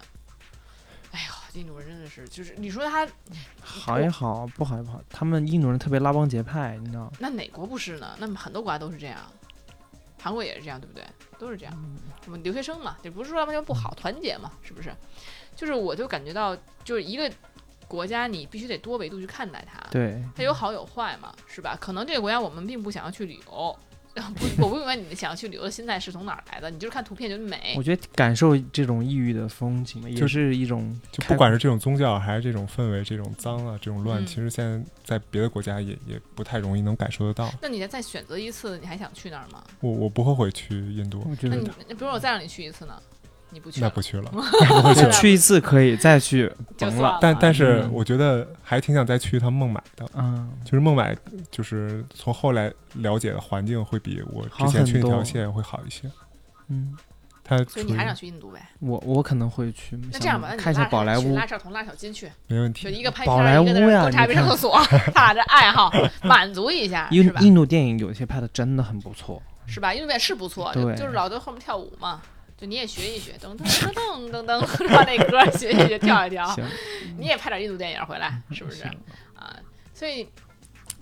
S1: 哎呀，印度人真的是，就是你说他
S3: 好也好，不好也不好。他们印度人特别拉帮结派，你知道吗？
S1: 那哪国不是呢？那么很多国家都是这样，韩国也是这样，对不对？都是这样。
S3: 嗯
S1: 我们留学生嘛，也不是说他们就不好，团结嘛，是不是？就是我就感觉到，就是一个国家，你必须得多维度去看待它，
S3: 对，
S1: 它有好有坏嘛，是吧？可能这个国家我们并不想要去旅游， 不，我不明白你们想要去旅游的心态是从哪儿来的？你就是看图片觉得美
S3: 我，觉得感受这种异域的风情嘛，也
S4: 就是
S3: 一种
S4: 就
S3: 开
S4: 不管是这种宗教，啊还是这种氛围、这种脏啊、这种乱，
S1: 嗯
S4: 其实现在在别的国家也也不太容易能感受得到。
S1: 那你再选择一次，你还想去那儿吗？
S4: 我我不后悔去印度，
S3: 我觉
S1: 那
S3: 得
S1: 你比如我再让你去一次呢，你不去
S4: 那
S1: 了，
S4: 不去 了。
S1: 不
S3: 就去一次可以，再去
S1: 就
S3: 甭
S1: 算
S3: 了。
S1: 了。
S4: 但但是
S3: 嗯
S4: 我觉得还挺想再去一趟孟买的。
S3: 嗯，
S4: 就是孟买，就是从后来了解的环境会比我
S3: 好
S4: 之前
S3: 很
S4: 去那条
S3: 多
S4: 线会好一些。
S3: 嗯，
S4: 它
S1: 所以
S4: 处
S1: 你
S4: 于
S1: 还想去印度呗？
S3: 我我可能会去。
S1: 那
S3: 想
S1: 这样吧，那你
S3: 看一下
S1: 拉着
S3: 宝
S1: 他
S3: 莱
S1: 去
S3: 坞
S1: 拉，小童、拉小金去，
S4: 没问
S1: 就
S4: 题。
S1: 一个拍
S3: 宝
S1: 片儿
S3: 莱
S1: 一个在
S3: 坞
S1: 那
S3: 呀
S1: 儿喝茶
S3: 你
S1: 别上
S3: 看
S1: 厕所， 他俩这爱好满足一下，
S3: 印
S1: 是吧？
S3: 印度电影有些拍的真的很不错。
S1: 是吧？因为那边是不错，就
S3: 对
S1: 就是老在后面跳舞嘛。就你也学一学，噔噔噔噔噔 噔，是吧？那歌儿学一学，跳一跳，
S3: 行，
S1: 你也拍点印度电影回来，是不是
S3: 行？
S1: 啊，所以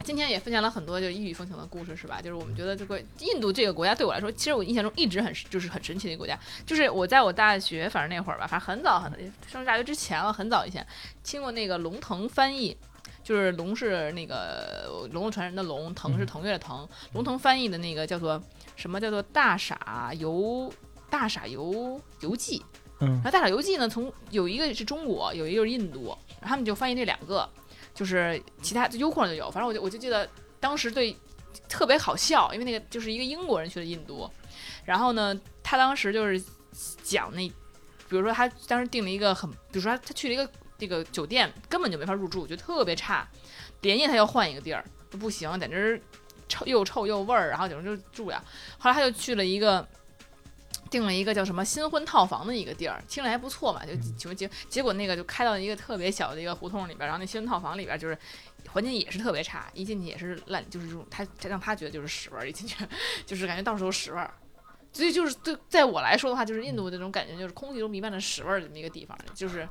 S1: 今天也分享了很多就是异域风情的故事，是吧？就是我们觉得这个印度这个国家对我来说，其实我印象中一直很就是很神奇的一个国家。就是我在我大学，反正那会儿吧，反正很早很上大学之前了，很早以前听过那个龙腾翻译。就是龙是那个龙的传人的龙，腾是腾跃的腾，龙腾翻译的那个叫做什么叫做大傻游大傻游游记，
S3: 嗯
S1: 然，后《大傻游记》呢，从有一个是中国，有一个是印度，然后他们就翻译这两个，就是其他就优酷上就有，反正我就我就记得当时对特别好笑，因为那个就是一个英国人去的印度，然后呢，他当时就是讲那，比如说他当时订了一个很，比如说他他去了一个这个酒店根本就没法入住，就特别差，连夜他要换一个地儿，不行，简直是臭又臭又味儿，然后简直就住不了。后来他就去了一个。订了一个叫什么新婚套房的一个地儿，听着还不错嘛，就
S3: 嗯
S1: 结结结果那个就开到一个特别小的一个胡同里边，然后那新婚套房里边就是环境也是特别差，一进去也是烂，就是这种他他让他觉得就是屎味儿，一进去 就是感觉到处都是屎味儿。所以就是对在我来说的话，就是印度那种感觉，就是空气中弥漫着屎味儿的那么一个地方，就是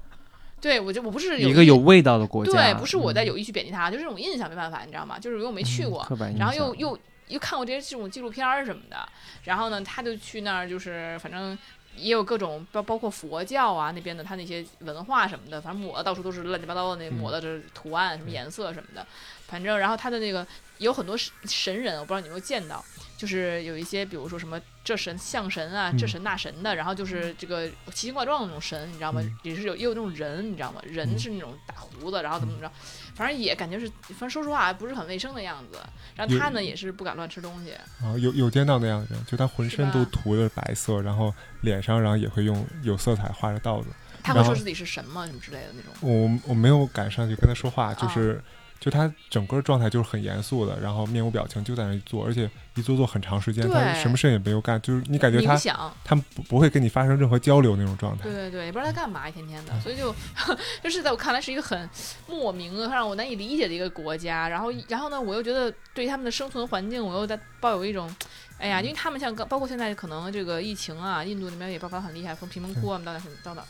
S1: 对我就我不是有
S3: 一个
S1: 意
S3: 有味道的国家。
S1: 对，不是我在
S3: 嗯
S1: 有意去贬低他，就是这种印象没办法，你知道吗？就是因为我没去过，
S3: 刻板印
S1: 然后
S3: 象
S1: 又又又看过这些这种纪录片儿什么的，然后呢，他就去那儿，就是反正也有各种包包括佛教啊那边的他那些文化什么的，反正抹的到处都是乱七八糟的那抹的这图案、什么颜色什么的，反正然后他的那个有很多神神人，我不知道你有没有见到，就是有一些比如说什么这神象神啊，这神那神的，然后就是这个奇形怪状的那种神，你知道吗？
S3: 嗯
S1: 也是有也有那种人，你知道吗？人是那种大胡子，然后怎么怎么着，反正也感觉是，反正说实话不是很卫生的样子。然后
S4: 有
S1: 他呢也是不敢乱吃东西，
S4: 啊，有有见到那样的人，就他浑
S1: 是
S4: 身都
S1: 吧
S4: 涂着白色，然后脸上然后也会用有色彩画着道子。
S1: 他会
S4: 然后
S1: 说自己是神吗？什么之类的那种。
S4: 我我没有敢上去跟他说话，
S1: 哦
S4: 就是、就他整个状态就是很严肃的，然后面无表情就在那儿坐，而且一坐坐很长时间，
S1: 对
S4: 他什么事也没有干，就是你感觉
S1: 冥
S4: 他
S1: 想，
S4: 他不不会跟你发生任何交流那种状态
S1: 对。对对，也不知道他干嘛，一天天的，所以就 就是在我看来是一个很莫名的、让我难以理解的一个国家。然后，然后呢，我又觉得对他们的生存环境，我又在抱有一种，哎呀，因为他们像刚包括现在可能这个疫情啊，印度那边也爆发很厉害，从贫民窟啊到哪到哪，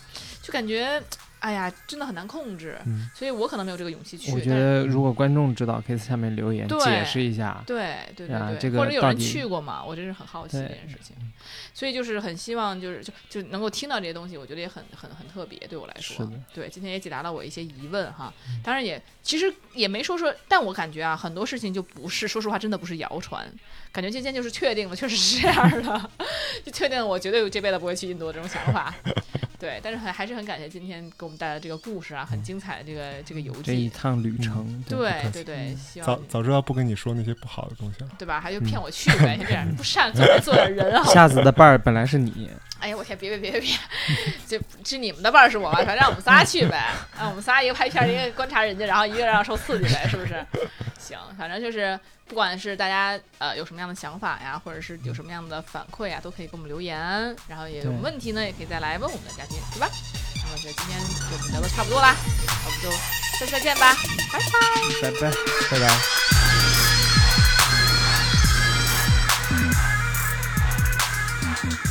S1: 就感觉哎呀，真的很难控制。
S4: 嗯
S1: 所以我可能没有这个勇气去。
S3: 我觉
S1: 但是
S3: 得如果观众知道，可以在下面留言
S1: 对
S3: 解释一下。
S1: 对对对
S3: 啊
S1: 对，
S3: 这个
S1: 或者有
S3: 到
S1: 人
S3: 底
S1: 去过嘛？我真是很好奇这
S3: 对
S1: 件事情，所以就是很希望就是就就能够听到这些东西，我觉得也很很很特别，对我来
S3: 是
S1: 说
S3: 的，嗯
S1: 对今天也解答了我一些疑问哈。当然也其实也没说说，但我感觉啊，很多事情就不是，说实话真的不是谣传，感觉今天就是确定了，确实是这样的，就确定了我绝对这辈子不会去印度的这种想 法。对，但是很还是很感谢今天给我们带来这个故事啊，很精彩的这个这个游
S3: 嗯这
S1: 记。
S3: 一趟旅程，
S1: 嗯对对
S3: 嗯
S1: 对，希望
S4: 早
S1: 你
S4: 早知道不跟你说那些不好的东西了。
S1: 对吧？还就骗我去呗，像这样不善做做点人啊！
S3: 下次的伴儿本来是你，
S1: 哎呀，我天，别别别 别别，就是你们的伴儿是我吧？反正让我们仨去呗，让我们仨一个拍片儿，一个观察人家，然后一个让受刺激呗，是不是？行，反正就是不管是大家呃有什么样的想法呀，或者是有什么样的反馈啊呀，都可以给我们留言，然后也有
S3: 对
S1: 问题呢，也可以再来问我们的嘉宾，对吧？那么这今天就我们聊的差不多啦，我们就下次再见吧，拜拜。
S3: 拜拜。
S4: 拜拜。
S6: Thank